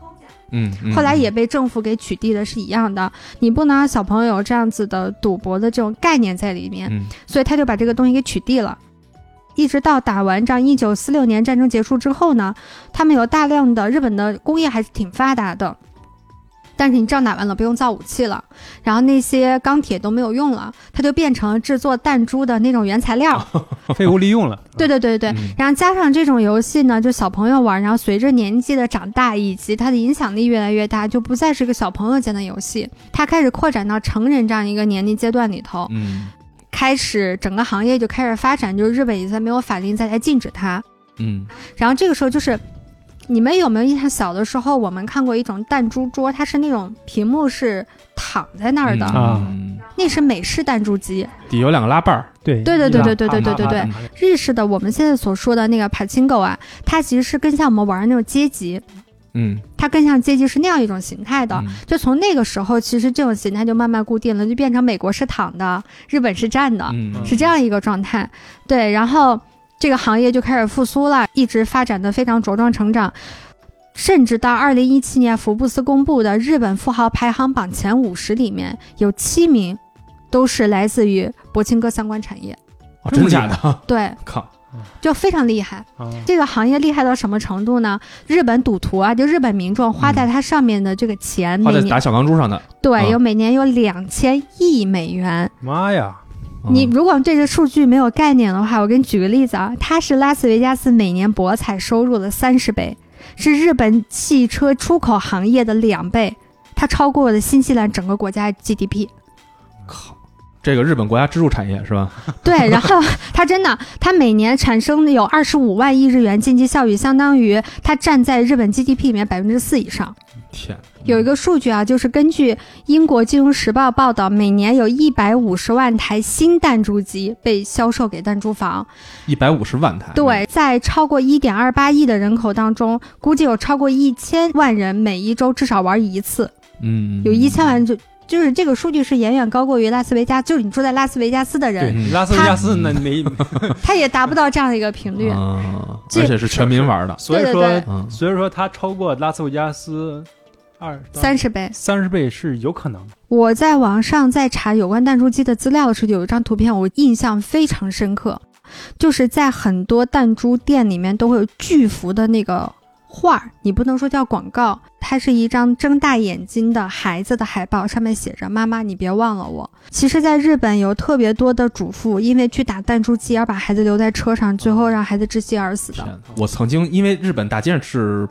S3: 嗯，嗯
S2: 后来也被政府给取缔的是一样的。你不能让小朋友有这样子的赌博的这种概念在里面，
S3: 嗯
S2: 所以他就把这个东西给取缔了。一直到打完仗，一九四六年战争结束之后呢，他们有大量的日本的工业还是挺发达的，但是你仗打完了，不用造武器了，然后那些钢铁都没有用了，它就变成了制作弹珠的那种原材
S3: [laughs]
S2: 料。
S4: 废物利用了。
S2: 对对对对，
S3: 嗯
S2: 然后加上这种游戏呢，就小朋友玩，然后随着年纪的长大以及它的影响力越来越大，就不再是个小朋友间的游戏，它开始扩展到成人这样一个年龄阶段里头，
S3: 嗯
S2: 开始整个行业就开始发展，就是日本已经没有法令再来禁止它。
S3: 嗯
S2: 然后这个时候就是，你们有没有印象？小的时候我们看过一种弹珠桌，它是那种屏幕是躺在那儿的，
S3: 嗯
S4: 啊
S3: 嗯
S2: 那是美式弹珠机。
S3: 底有两个拉把儿，
S4: 对
S2: 对对对
S4: 一
S2: 对对
S4: 拉
S2: 对对对对
S4: 啪啪啪啪啪
S2: 日式的我们现在所说的那个 pachinko 啊，它其实是更像我们玩的那种街机。
S3: 嗯，
S2: 它更像阶级是那样一种形态嗯的。就从那个时候，其实这种形态就慢慢固定了，就变成美国是躺的，日本是站的，
S3: 嗯，嗯
S2: 是这样一个状态。对，然后这个行业就开始复苏了，一直发展的非常茁壮成长。甚至到二零一七年，福布斯公布的日本富豪排行榜前五十里面，有七名都是来自于铂金哥相关产业。
S3: 哦
S4: 这
S3: 真
S4: 么厉
S3: 假
S4: 害
S3: 的？
S2: 对，
S3: [laughs] 靠，哦
S2: 就非常厉害。
S4: 啊
S2: 这个行业厉害到什么程度呢？日本赌徒啊，就日本民众花在它上面的这个钱，
S3: 花
S2: 每
S3: 在
S2: 年
S3: 打小钢珠上的，
S2: 对，
S3: 啊
S2: 有每年有两千亿美元。
S4: 妈呀！
S2: 你
S3: 嗯
S2: 如果对这数据没有概念的话，我给你举个例子啊，它是拉斯维加斯每年博彩收入的三十倍，是日本汽车出口行业的两倍，它超过了新西兰整个国家
S3: [laughs]
S2: GDP。
S3: 靠，这个日本国家支柱产业是吧？
S2: 对，然后它真的，它每年产生有二十五万亿日元经济效益，相当于它占在日本 GDP 里面百分之四以上。
S3: 天，
S2: 有一个数据啊，就是根据英国金融时报报道，每年有一百五十万台新弹珠机被销售给弹珠房。
S4: 嗯
S3: 一百五十万台，
S2: 对，在超过一点二八亿的人口当中，估计有超过一千万人每一周至少玩一次，
S3: 嗯，嗯，
S2: 有一千万就就是这个数据是远远高过于拉斯维加，就是你住在拉斯维加斯的
S4: 对
S2: 人，
S3: 嗯，
S4: 拉斯维加斯那没，
S2: 嗯他也达不到这样的一个频率。
S3: 啊，
S2: 这
S3: 而且是全民玩的，
S4: 所以
S2: 对对
S4: 说
S2: 对
S3: 嗯，
S4: 所以说它超过拉斯维加斯二
S2: 三十倍，
S4: 三十倍是有可能的。
S2: 我在网上在查有关弹珠机的资料的时，候，有一张图片我印象非常深刻，就是在很多弹珠店里面都会有巨幅的那个画儿，你不能说叫广告，它是一张睁大眼睛的孩子的海报，上面写着“妈妈，你别忘了我”。其实，在日本有特别多的主妇因为去打弹珠机而把孩子留在车上，最后让孩子窒息而死
S3: 天
S2: 的。，
S4: 啊
S3: 我曾经因为日本大街上是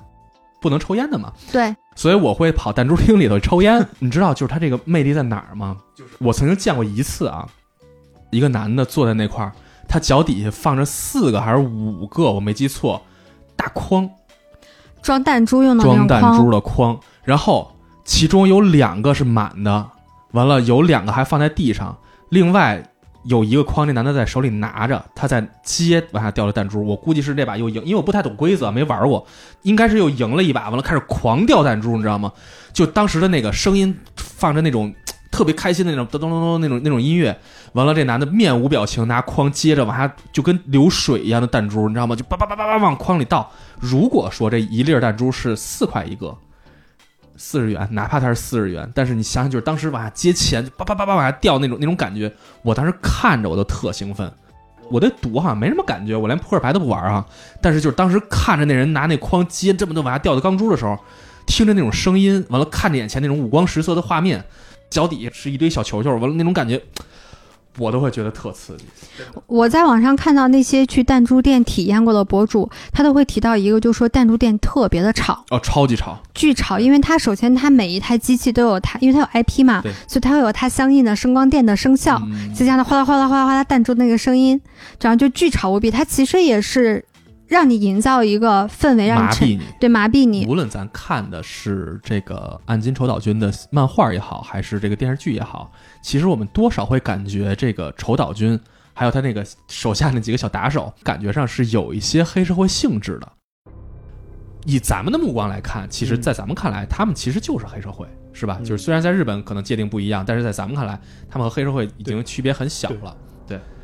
S3: 不能抽烟的嘛，
S2: 对，
S3: 所以我会跑弹珠厅里头抽 [laughs] 烟。你知道，就是它这个魅力在哪儿吗？就是我曾经见过一次啊，一个男的坐在那块儿，他脚底下放着四个还是五个，我没记错，大筐
S2: 装弹珠用的那
S3: 装
S2: 种
S3: 弹
S2: 筐，
S3: 珠的筐，然后其中有两个是满的，完了有两个还放在地上，另外有一个筐，那男的在手里拿着，他在接往下掉了弹珠。我估计是这把又赢，因为我不太懂规则，没玩过，应该是又赢了一把，完了开始狂掉弹珠，你知道吗？就当时的那个声音放着那种。特别开心的那种咚咚咚咚那种那种音乐，完了这男的面无表情，拿筐接着往下就跟流水一样的弹珠，你知道吗？就叭叭叭叭叭往筐里倒。如果说这一粒儿弹珠是四块一个，四十元，哪怕它是四十元，但是你想想，就是当时往下接钱，就叭叭叭叭往下掉那种那种感觉，我当时看着我都特兴奋。我对赌好像没什么感觉，我连扑克牌都不玩啊。但是就是当时看着那人拿那筐接这么多往下掉的钢珠的时候，听着那种声音，完了看着眼前那种五光十色的画面，脚底下是一堆小球球，完了那种感觉，我都会觉得特刺激。
S2: 我在网上看到那些去弹珠店体验过的博主，他都会提到一个，就说弹珠店特别的吵，
S3: 哦，超级吵，
S2: 巨吵，因为它首先它每一台机器都有它，因为它有 IP 嘛
S3: 对，
S2: 所以它会有它相应的声光电的声效，
S3: 嗯
S2: 再加上哗啦哗啦哗啦哗啦弹珠那个声音，这样就巨吵无比。它其实也是让你营造一个氛围，让你
S3: 麻
S2: 沉
S3: 痹嗯你。
S2: 对麻痹你。
S3: 无论咱看的是这个暗金丑岛君的漫画也好，还是这个电视剧也好，其实我们多少会感觉这个丑岛君还有他那个手下那几个小打手，感觉上是有一些黑社会性质的。以咱们的目光来看，其实，
S4: 嗯
S3: 在咱们看来，他们其实就是黑社会，是吧？
S4: 嗯
S3: 就是虽然在日本可能界定不一样，但是在咱们看来，他们和黑社会已经
S4: 对
S3: 区别很小
S4: 对
S3: 了。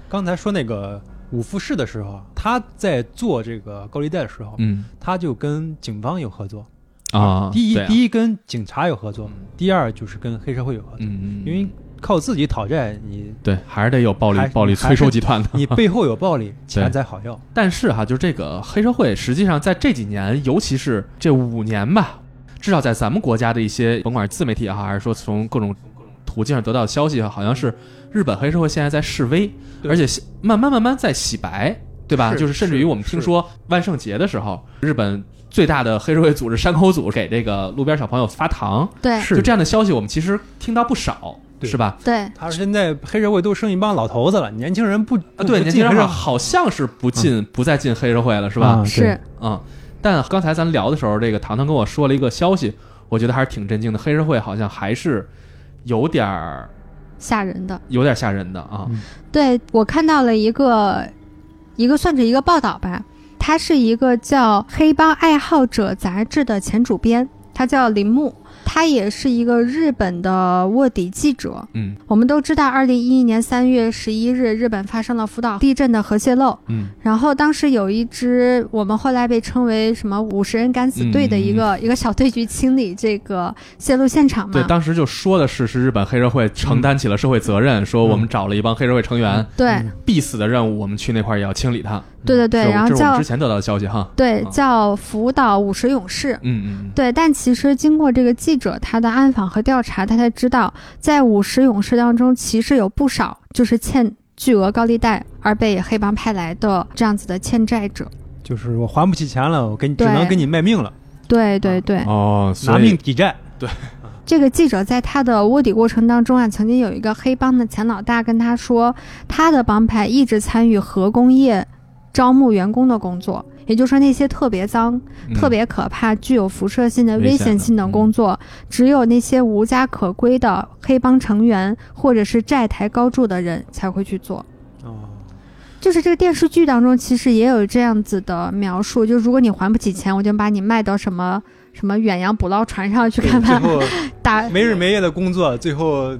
S4: 刚才说那个五富士的时候，啊他在做这个高利贷的时候，
S3: 嗯
S4: 他就跟警方有合作。
S3: 啊，
S4: 第一，
S3: 对啊
S4: 第一跟警察有合作
S3: 嗯，
S4: 第二就是跟黑社会有合作。
S3: 嗯，嗯
S4: 因为靠自己讨债，
S3: [laughs]
S4: 你
S3: 对还是得有暴力
S4: 还
S3: 暴力
S4: 还
S3: 催
S4: 是
S3: 收集团的，
S4: 你背后有暴力，
S3: 对
S4: 钱才好要。
S3: 但是哈，就是这个黑社会，实际上在这几年，尤其是这五年吧，至少在咱们国家的一些，甭管是自媒体也好，还是说从各种途径上得到的消息，好像是日本黑社会现在在示威，
S4: 对
S3: 而且是慢慢慢慢在洗白，对吧？
S4: 是
S3: 就是甚至于我们
S4: 是
S3: 听说万圣节的时候，日本最大的黑社会组织山口组给这个路边小朋友发糖，
S2: 对
S4: 是
S3: 就这样的消息，我们其实听到不少，
S4: 对
S3: 是吧？
S2: 对，
S4: 他说现在黑社会都剩一帮老头子了，年轻人不
S3: 啊，对，年轻
S4: 不进
S3: 人
S4: 黑社会
S3: 好像是
S4: 嗯
S3: 不进，不再进黑社会了，是吧？
S4: 啊对
S2: 是
S3: 啊、但刚才咱聊的时候，这个糖糖跟我说了一个消息，我觉得还是挺震惊的。黑社会好像还是有点儿
S2: 吓人的。
S3: 有点吓人的啊。
S2: 对我看到了一个一个算是一个报道吧，他是一个叫《黑帮爱好者》杂志的前主编，他叫铃木，他也是一个日本的卧底记者。
S3: 嗯
S2: 我们都知道，二零一一年三月十一日，日本发生了福岛地震的核泄漏，
S3: 嗯
S2: 然后当时有一支我们后来被称为什么五十人敢死队的一个、
S3: 嗯
S2: 一个小队去清理这个泄漏现场嘛，
S3: 对，当时就说的是是日本黑社会承担起了社会责任，说我们找了一帮黑社会成员、
S4: 嗯
S2: 对
S4: 嗯
S3: 必死的任务，我们去那块儿也要清理他。
S2: 对对对
S3: 这是我
S2: 然后
S3: 这是我们
S2: 叫
S3: 之前得到的消息哈。
S2: 对
S3: 啊
S2: 叫福岛五十勇士，
S3: 嗯嗯
S2: 对，但其实经过这个记者他的暗访和调查，他才知道，在五十勇士当中，其实有不少就是欠巨额高利贷而被黑帮派来的这样子的欠债者。
S4: 就是我还不起钱了，我给你只
S2: 对
S4: 能给你卖命了，
S2: 对对对，
S3: 嗯。哦，所
S4: 拿
S3: 以
S4: 命抵债。
S2: 这个记者在他的卧底过程当中啊，曾经有一个黑帮的前老大跟他说，他的帮派一直参与核工业招募员工的工作，也就是说那些特别脏、
S3: 嗯
S2: 特别可怕、具有辐射性的
S3: 危
S2: 危
S3: 险的嗯
S2: 险性的工作，只有那些无家可归的黑帮成员或者是债台高筑的人才会去做。
S4: 哦，
S2: 就是这个电视剧当中，其实也有这样子的描述，就如果你还不起钱，我就把你卖到什么什么远洋捕捞船上去看
S4: 最
S2: 看
S4: 后
S2: 打
S4: 没日没夜的工作，最后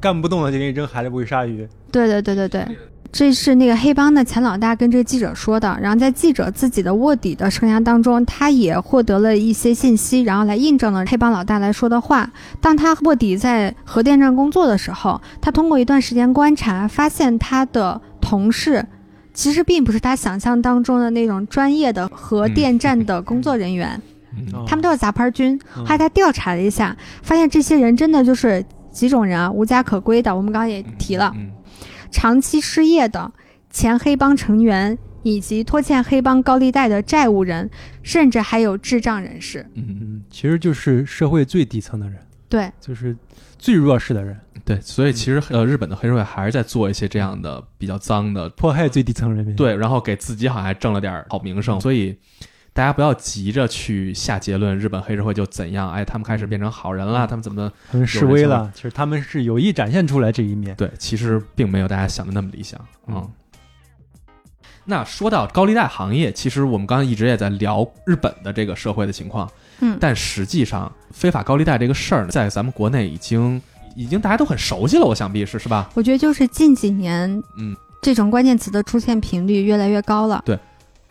S4: 干不动了就给你扔海里不会鲨鱼。
S2: 对对对对对，这是那个黑帮的前老大跟这个记者说的。然后在记者自己的卧底的生涯当中，他也获得了一些信息，然后来印证了黑帮老大来说的话。当他卧底在核电站工作的时候，他通过一段时间观察，发现他的同事。其实并不是他想象当中的那种专业的核电站的工作人员，
S3: 嗯
S2: 他们都是杂牌军。
S4: 哦嗯
S2: 后来他调查了一下，发现这些人真的就是几种人啊，无家可归的，我们刚刚也提了，
S3: 嗯
S2: 长期失业的前黑帮成员，以及拖欠黑帮高利贷的债务人，甚至还有智障人士。
S3: 嗯，
S4: 嗯，其实就是社会最底层的人，
S2: 对，
S4: 就是最弱势的人，
S3: 嗯对，所以其实呃，日本的黑社会还是在做一些这样的比较脏的
S4: 迫害最底层人民。，
S3: 对，然后给自己好像还挣了点儿好名声，所以大家不要急着去下结论，日本黑社会就怎样？哎，他们开始变成好人了，他们怎么？
S4: 他们示威了，其实他们是有意展现出来这一面。
S3: 对，其实并没有大家想的那么理想。嗯。
S4: 嗯
S3: 那说到高利贷行业，其实我们刚刚一直也在聊日本的这个社会的情况，
S2: 嗯，
S3: 但实际上非法高利贷这个事儿呢，在咱们国内已经已经大家都很熟悉了，我想必是是吧？
S2: 我觉得就是近几年，
S3: 嗯，
S2: 这种关键词的出现频率越来越高了。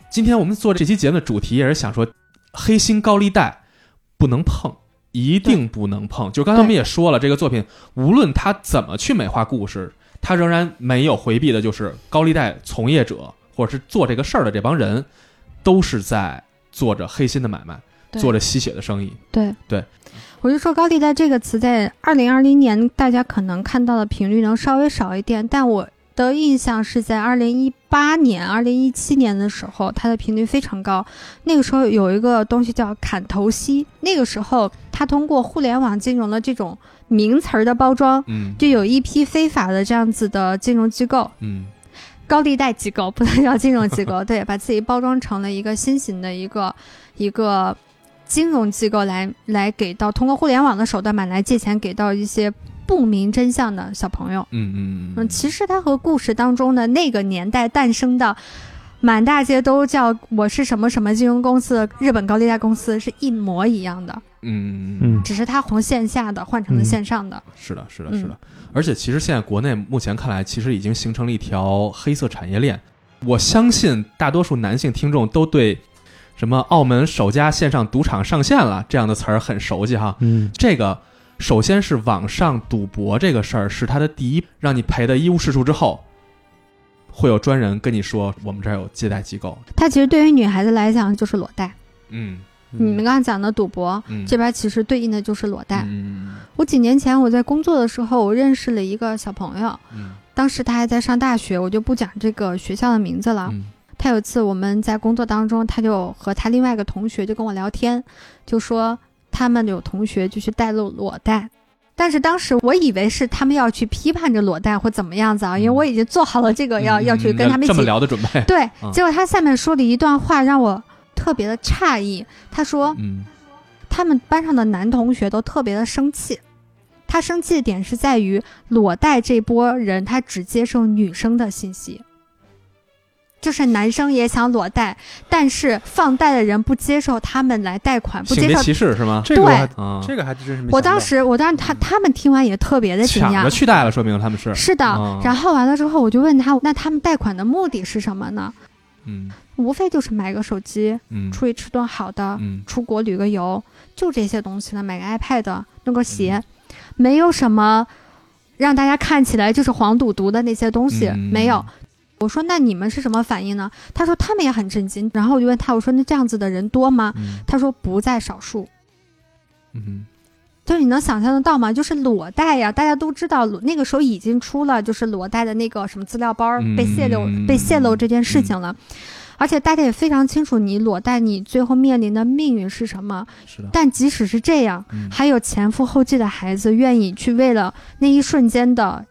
S3: 今天我们做这期节目的主题也是想说，黑心高利贷不能碰，一定不能碰。就刚才我们也说了，这个作品无论他怎么去美化故事，他仍然没有回避的，就是高利贷从业者或者是做这个事儿的这帮人，都是在做着黑心的买卖，
S2: 对
S3: 做着吸血的生意。
S2: 对
S3: 对，
S2: 我就说高利贷这个词在二零二零年大家可能看到的频率能稍微少一点，但我的印象是在二零一八年、二零一七年的时候，它的频率非常高。那个时候有一个东西叫砍头息，那个时候它通过互联网金融的这种名词儿的包装，
S3: 嗯
S2: 就有一批非法的这样子的金融机构，
S3: 嗯，
S2: 高利贷机构，不能叫金融机
S3: [laughs]
S2: 构，对，把自己包装成了一个新型的一个一个金融机构来来给到通过互联网的手段吧，来借钱给到一些不明真相的小朋友。
S3: 嗯嗯
S2: 嗯，其实它和故事当中的那个年代诞生的。满大街都叫我是什么什么金融公司，日本高利贷公司是一模一样的，
S3: 嗯嗯，
S4: 嗯，
S2: 只是它从线下的换成了
S4: 嗯
S2: 线上的。
S3: 是的，是的，
S2: 嗯
S3: 是的。而且其实现在国内目前看来，其实已经形成了一条黑色产业链。我相信大多数男性听众都对什么“澳门首家线上赌场上线了”这样的词儿很熟悉哈。
S4: 嗯，
S3: 这个首先是网上赌博这个事儿是它的第一，让你赔的一无是处之后，会有专人跟你说我们这儿有借贷机构。
S2: 它其实对于女孩子来讲就是裸贷，
S3: 嗯
S2: 你们刚刚讲的赌博，
S3: 嗯，
S2: 这边其实对应的就是裸贷。
S3: 嗯
S2: 我几年前我在工作的时候，我认识了一个小朋友，
S3: 嗯
S2: 当时他还在上大学，我就不讲这个学校的名字了。
S3: 嗯
S2: 他有一次我们在工作当中，他就和他另外一个同学就跟我聊天，就说他们有同学就去带露裸贷。但是当时我以为是他们要去批判着裸贷或怎么样子啊，因为我已经做好了这个
S3: 嗯，
S2: 要、要去跟他们一
S3: 这么
S2: 起
S3: 聊的准备。
S2: 对啊
S3: 嗯。
S2: 结果他下面说了一段话让我特别的诧异，他说：“
S3: 嗯
S2: 他们班上的男同学都特别的生气。他生气的点是在于裸贷这波人，他只接受女生的信息，就是男生也想裸贷，但是放贷的人不接受他们来贷款，不
S3: 性
S2: 接
S3: 别
S2: 受。
S3: 歧视是吗？
S4: 这个我还
S3: 啊，
S4: 这个还真是没想到。
S2: 我当时，我当时他他们听完也特别的惊
S3: 嗯抢着
S2: 讶，
S3: 去贷了，说明他们是
S2: 是的。
S3: 嗯
S2: 然后完了之后，我就问他，那他们贷款的目的是什么呢？
S3: 嗯
S2: 无非就是买个手机，
S3: 嗯
S2: 出去吃顿好的，
S3: 嗯
S2: 出国旅个游，就这些东西呢，买个 iPad，弄个鞋，
S3: 嗯
S2: 没有什么让大家看起来就是黄赌毒的那些东西，
S3: 嗯
S2: 没有。我说那你们是什么反应呢？他说他们也很震惊。然后我就问他，我说那这样子的人多吗？
S3: 嗯
S2: 他说不在少数。
S3: 嗯
S2: 就是你能想象得到吗？就是裸贷呀，大家都知道，那个时候已经出了就是裸贷的那个什么资料包儿
S3: 嗯
S2: 被泄露、
S3: 嗯
S2: 被泄露这件事情了。而且大家也非常清楚，你裸贷你最后面临的命运是什么。
S3: 嗯是的，
S2: 但即使是这样，
S3: 嗯
S2: 还有前赴后继的孩子愿意去为了那一瞬间的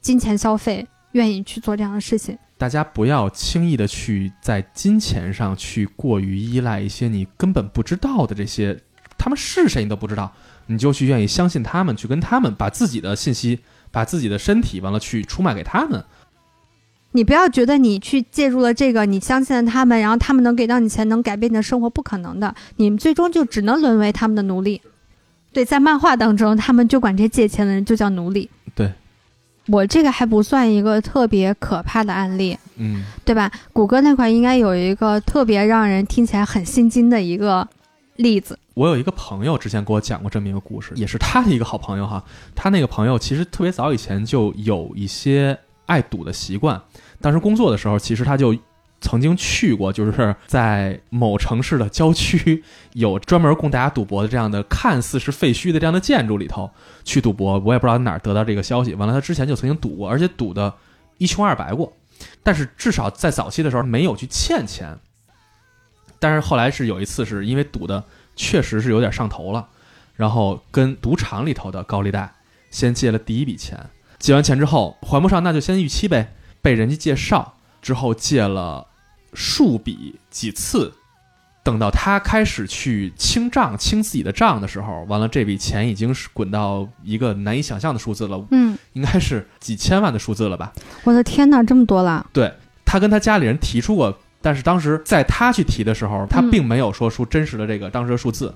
S2: 金钱消费，愿意去做这样的事情。
S3: 大家不要轻易的去在金钱上去过于依赖一些你根本不知道的这些，他们是谁你都不知道，你就去愿意相信他们，去跟他们把自己的信息、把自己的身体完了去出卖给他们。
S2: 你不要觉得你去介入了这个，你相信了他们，然后他们能给到你钱，能改变你的生活，不可能的。你们最终就只能沦为他们的奴隶。对，在漫画当中，他们就管这借钱的人就叫奴隶。
S3: 对，
S2: 我这个还不算一个特别可怕的案例，
S3: 嗯
S2: 对吧？谷歌那块应该有一个特别让人听起来很心惊的一个例子。
S3: 我有一个朋友之前给我讲过这么一个故事，也是他的一个好朋友哈。他那个朋友其实特别早以前就有一些爱赌的习惯，当时工作的时候，其实他就曾经去过，就是在某城市的郊区有专门供大家赌博的这样的看似是废墟的这样的建筑里头去赌博。我也不知道哪儿得到这个消息，完了他之前就曾经赌过，而且赌的一穷二白过，但是至少在早期的时候没有去欠钱。但是后来是有一次是因为赌的确实是有点上头了，然后跟赌场里头的高利贷先借了第一笔钱，借完钱之后还不上，那就先逾期呗。被人家介绍之后借了数笔几次，等到他开始去清账、清自己的账的时候，完了这笔钱已经是滚到一个难以想象的数字了，
S2: 嗯，
S3: 应该是几千万的数字了吧？
S2: 我的天哪，这么多了，
S3: 他跟他家里人提出过，但是当时在他去提的时候，他
S2: 嗯
S3: 并没有说出真实的这个当时的数字，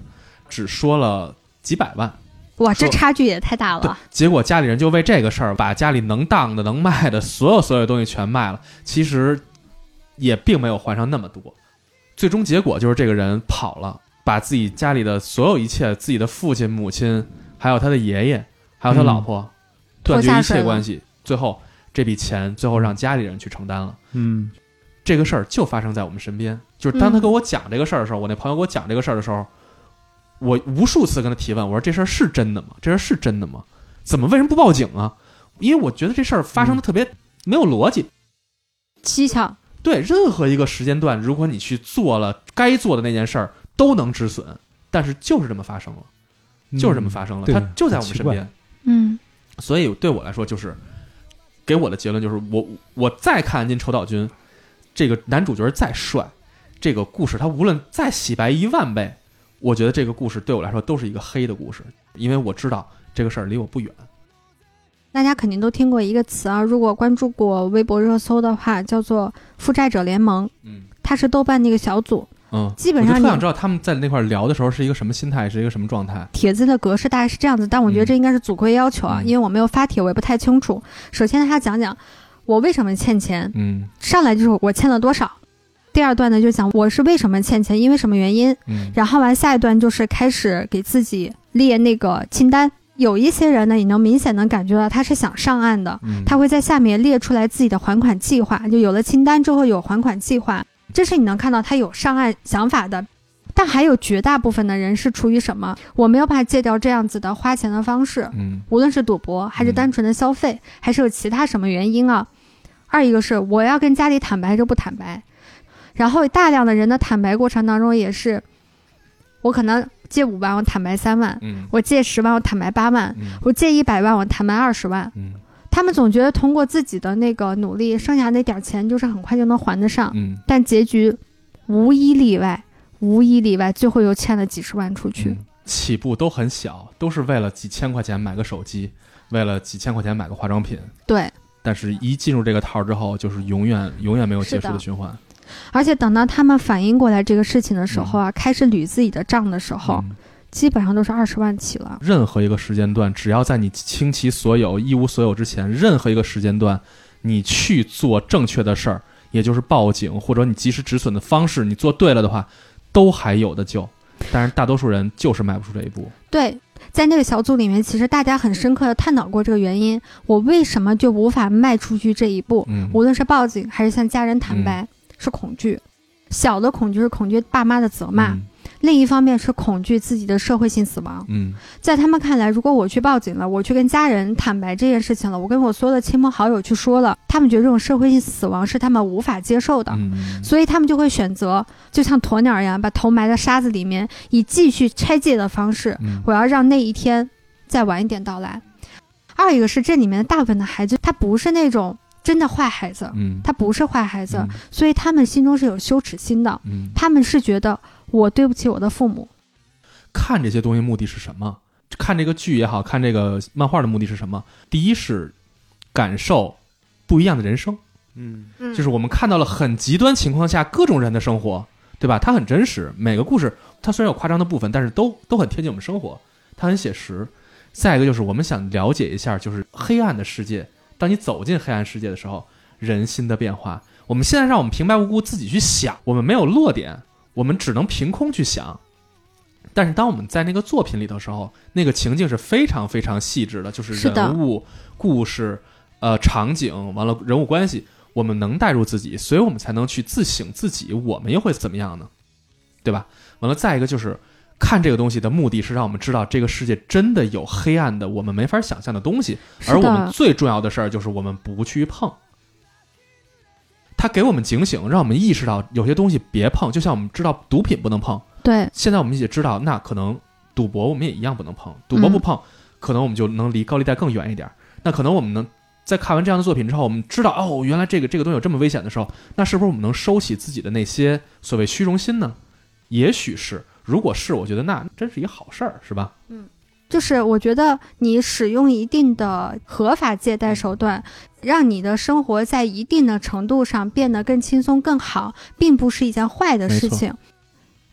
S3: 只说了几百万。
S2: 哇，这
S3: 说
S2: 差距也太大
S3: 对
S2: 了，，
S3: 结果家里人就为这个事儿把家里能当的、能卖的所有所有东西全卖了，其实也并没有还上那么多。最终结果就是这个人跑了，把自己家里的所有一切，自己的父亲、母亲，还有他的爷爷，还有他老婆，断绝
S2: 嗯拖下
S3: 一
S2: 水
S3: 切
S2: 了
S3: 关系。最后这笔钱最后让家里人去承担了。
S4: 嗯，
S3: 这个事儿就发生在我们身边。就是当他跟我讲这个事儿的时候，我那朋友给我讲这个事儿的时候，我无数次跟他提问，我说这事儿是真的吗？这事儿是真的吗？怎么为什么不报警啊？因为我觉得这事儿发生的特别没有逻辑。
S2: 蹊跷，
S3: 对，任何一个时间段，如果你去做了该做的那件事儿，都能止损，但是就是这么发生了，
S4: 嗯
S3: 就是这么发生了，
S4: 对
S3: 它就在我们
S4: 很奇
S3: 身
S4: 怪
S3: 边。
S2: 嗯
S3: 所以对我来说，就是给我的结论就是我，我再看《暗金丑岛君》，这个男主角再帅，这个故事他无论再洗白一万倍，我觉得这个故事对我来说都是一个黑的故事，因为我知道这个事儿离我不远。
S2: 大家肯定都听过一个词啊，如果关注过微博热搜的话，叫做“负债者联盟
S3: 嗯”，
S2: 它是豆瓣的一个小组，
S3: 嗯，
S2: 基本上
S3: 我就特想
S2: 你
S3: 知道他们在那块儿聊的时候是一个什么心态，是一个什么状态。
S2: 帖子的格式大概是这样子，但我觉得
S3: 嗯
S2: 这应该是组规要求啊，
S3: 嗯
S2: 因为我没有发帖，我也不太清楚。首先，他讲讲我为什么欠钱，
S3: 嗯
S2: 上来就是我欠了多少。第二段呢，就讲我是为什么欠钱，因为什么原因。
S3: 嗯
S2: 然后完下一段就是开始给自己列那个清单。有一些人呢，你能明显能感觉到他是想上岸的，
S3: 嗯，
S2: 他会在下面列出来自己的还款计划，就有了清单之后有还款计划，这是你能看到他有上岸想法的。但还有绝大部分的人是出于什么？我没有办法戒掉这样子的花钱的方式，
S3: 嗯
S2: 无论是赌博还是单纯的消费，还是有其他什么原因啊。二一个是我要跟家里坦白还是不坦白，然后大量的人的坦白过程当中也是，我可能借五万我坦白三万，
S3: 嗯
S2: 我借十万我坦白八万，
S3: 嗯
S2: 我借一百万我坦白二十万，
S3: 嗯
S2: 他们总觉得通过自己的那个努力，剩下那点儿钱就是很快就能还得上，
S3: 嗯，
S2: 但结局无一例外，无一例外，最后又欠了几十万出去。
S3: 嗯起步都很小，都是为了几千块钱买个手机，为了几千块钱买个化妆品。
S2: 对，
S3: 但是一进入这个套儿之后，就是永远永远没有结束
S2: 是的
S3: 的循环。
S2: 而且等到他们反应过来这个事情的时候啊，开始捋自己的账的时候，
S3: 嗯
S2: 基本上都是二十万起了。
S3: 任何一个时间段，只要在你倾其所有、一无所有之前，任何一个时间段，你去做正确的事儿，也就是报警或者你及时止损的方式，你做对了的话，都还有的救。但是大多数人就是迈不出这一步。
S2: 对，在那个小组里面，其实大家很深刻的探讨过这个原因，我为什么就无法迈出去这一步？
S3: 嗯
S2: 无论是报警还是向家人坦白，是恐惧。小的恐惧是恐惧爸妈的责骂，
S3: 嗯
S2: 另一方面是恐惧自己的社会性死亡。
S3: 嗯
S2: 在他们看来，如果我去报警了，我去跟家人坦白这件事情了，我跟我所有的亲朋好友去说了，他们觉得这种社会性死亡是他们无法接受的，
S3: 嗯
S2: 所以他们就会选择，就像鸵鸟一样，把头埋在沙子里面，以继续拆借的方式，
S3: 嗯
S2: 我要让那一天再晚一点到来。二一个是这里面的大部分的孩子，他不是那种真的坏孩子，
S3: 嗯
S2: 他不是坏孩子，
S3: 嗯
S2: 所以他们心中是有羞耻心的，
S3: 嗯，
S2: 他们是觉得我对不起我的父母，
S3: 看这些东西目的是什么？看这个剧也好看这个漫画的目的是什么？第一是感受不一样的人生。
S4: 嗯
S3: 就是我们看到了很极端情况下各种人的生活，对吧？它很真实，每个故事它虽然有夸张的部分，但是都都很贴近我们生活，它很写实。再一个就是我们想了解一下，就是黑暗的世界，当你走进黑暗世界的时候，人心的变化。我们现在让我们平白无故自己去想，我们没有落点，我们只能凭空去想。但是当我们在那个作品里头的时候，那个情境是非常非常细致的，就是
S2: 是的
S3: 人物、故事、呃场景，完了人物关系，我们能带入自己，所以我们才能去自省自己，我们又会怎么样呢？对吧？完了，再一个就是看这个东西的目的是让我们知道这个世界真的有黑暗的，我们没法想象的东西，
S2: 是
S3: 而我们
S2: 的，
S3: 最重要的事儿就是我们不去碰。它给我们警醒，让我们意识到有些东西别碰。就像我们知道毒品不能碰，
S2: 对，
S3: 现在我们也知道，那可能赌博我们也一样不能碰，赌博不碰，可能我们就能离高利贷更远一点儿。那可能我们能在看完这样的作品之后，我们知道哦，原来这个这个东西有这么危险的时候，那是不是我们能收起自己的那些所谓虚荣心呢？也许是，如果是，我觉得那真是一个好事儿，是吧？
S2: 就是我觉得你使用一定的合法借贷手段，让你的生活在一定的程度上变得更轻松、更好，并不是一件坏的事情。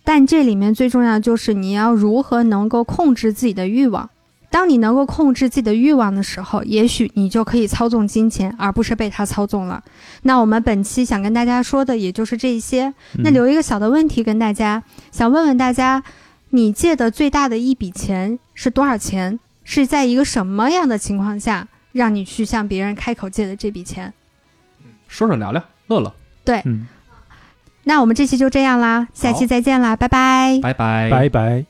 S2: 但这里面最重要的就是你要如何能够控制自己的欲望。当你能够控制自己的欲望的时候，也许你就可以操纵金钱，而不是被它操纵了。那我们本期想跟大家说的也就是这一些。
S4: 嗯
S2: 那留一个小的问题跟大家，想问问大家，你借的最大的一笔钱是多少钱？是在一个什么样的情况下让你去向别人开口借的这笔钱？
S3: 说说聊聊，乐乐，
S4: 嗯，
S2: 那我们这期就这样啦，下期
S3: 好
S2: 再见啦，拜拜。
S3: 拜拜，
S4: 拜拜。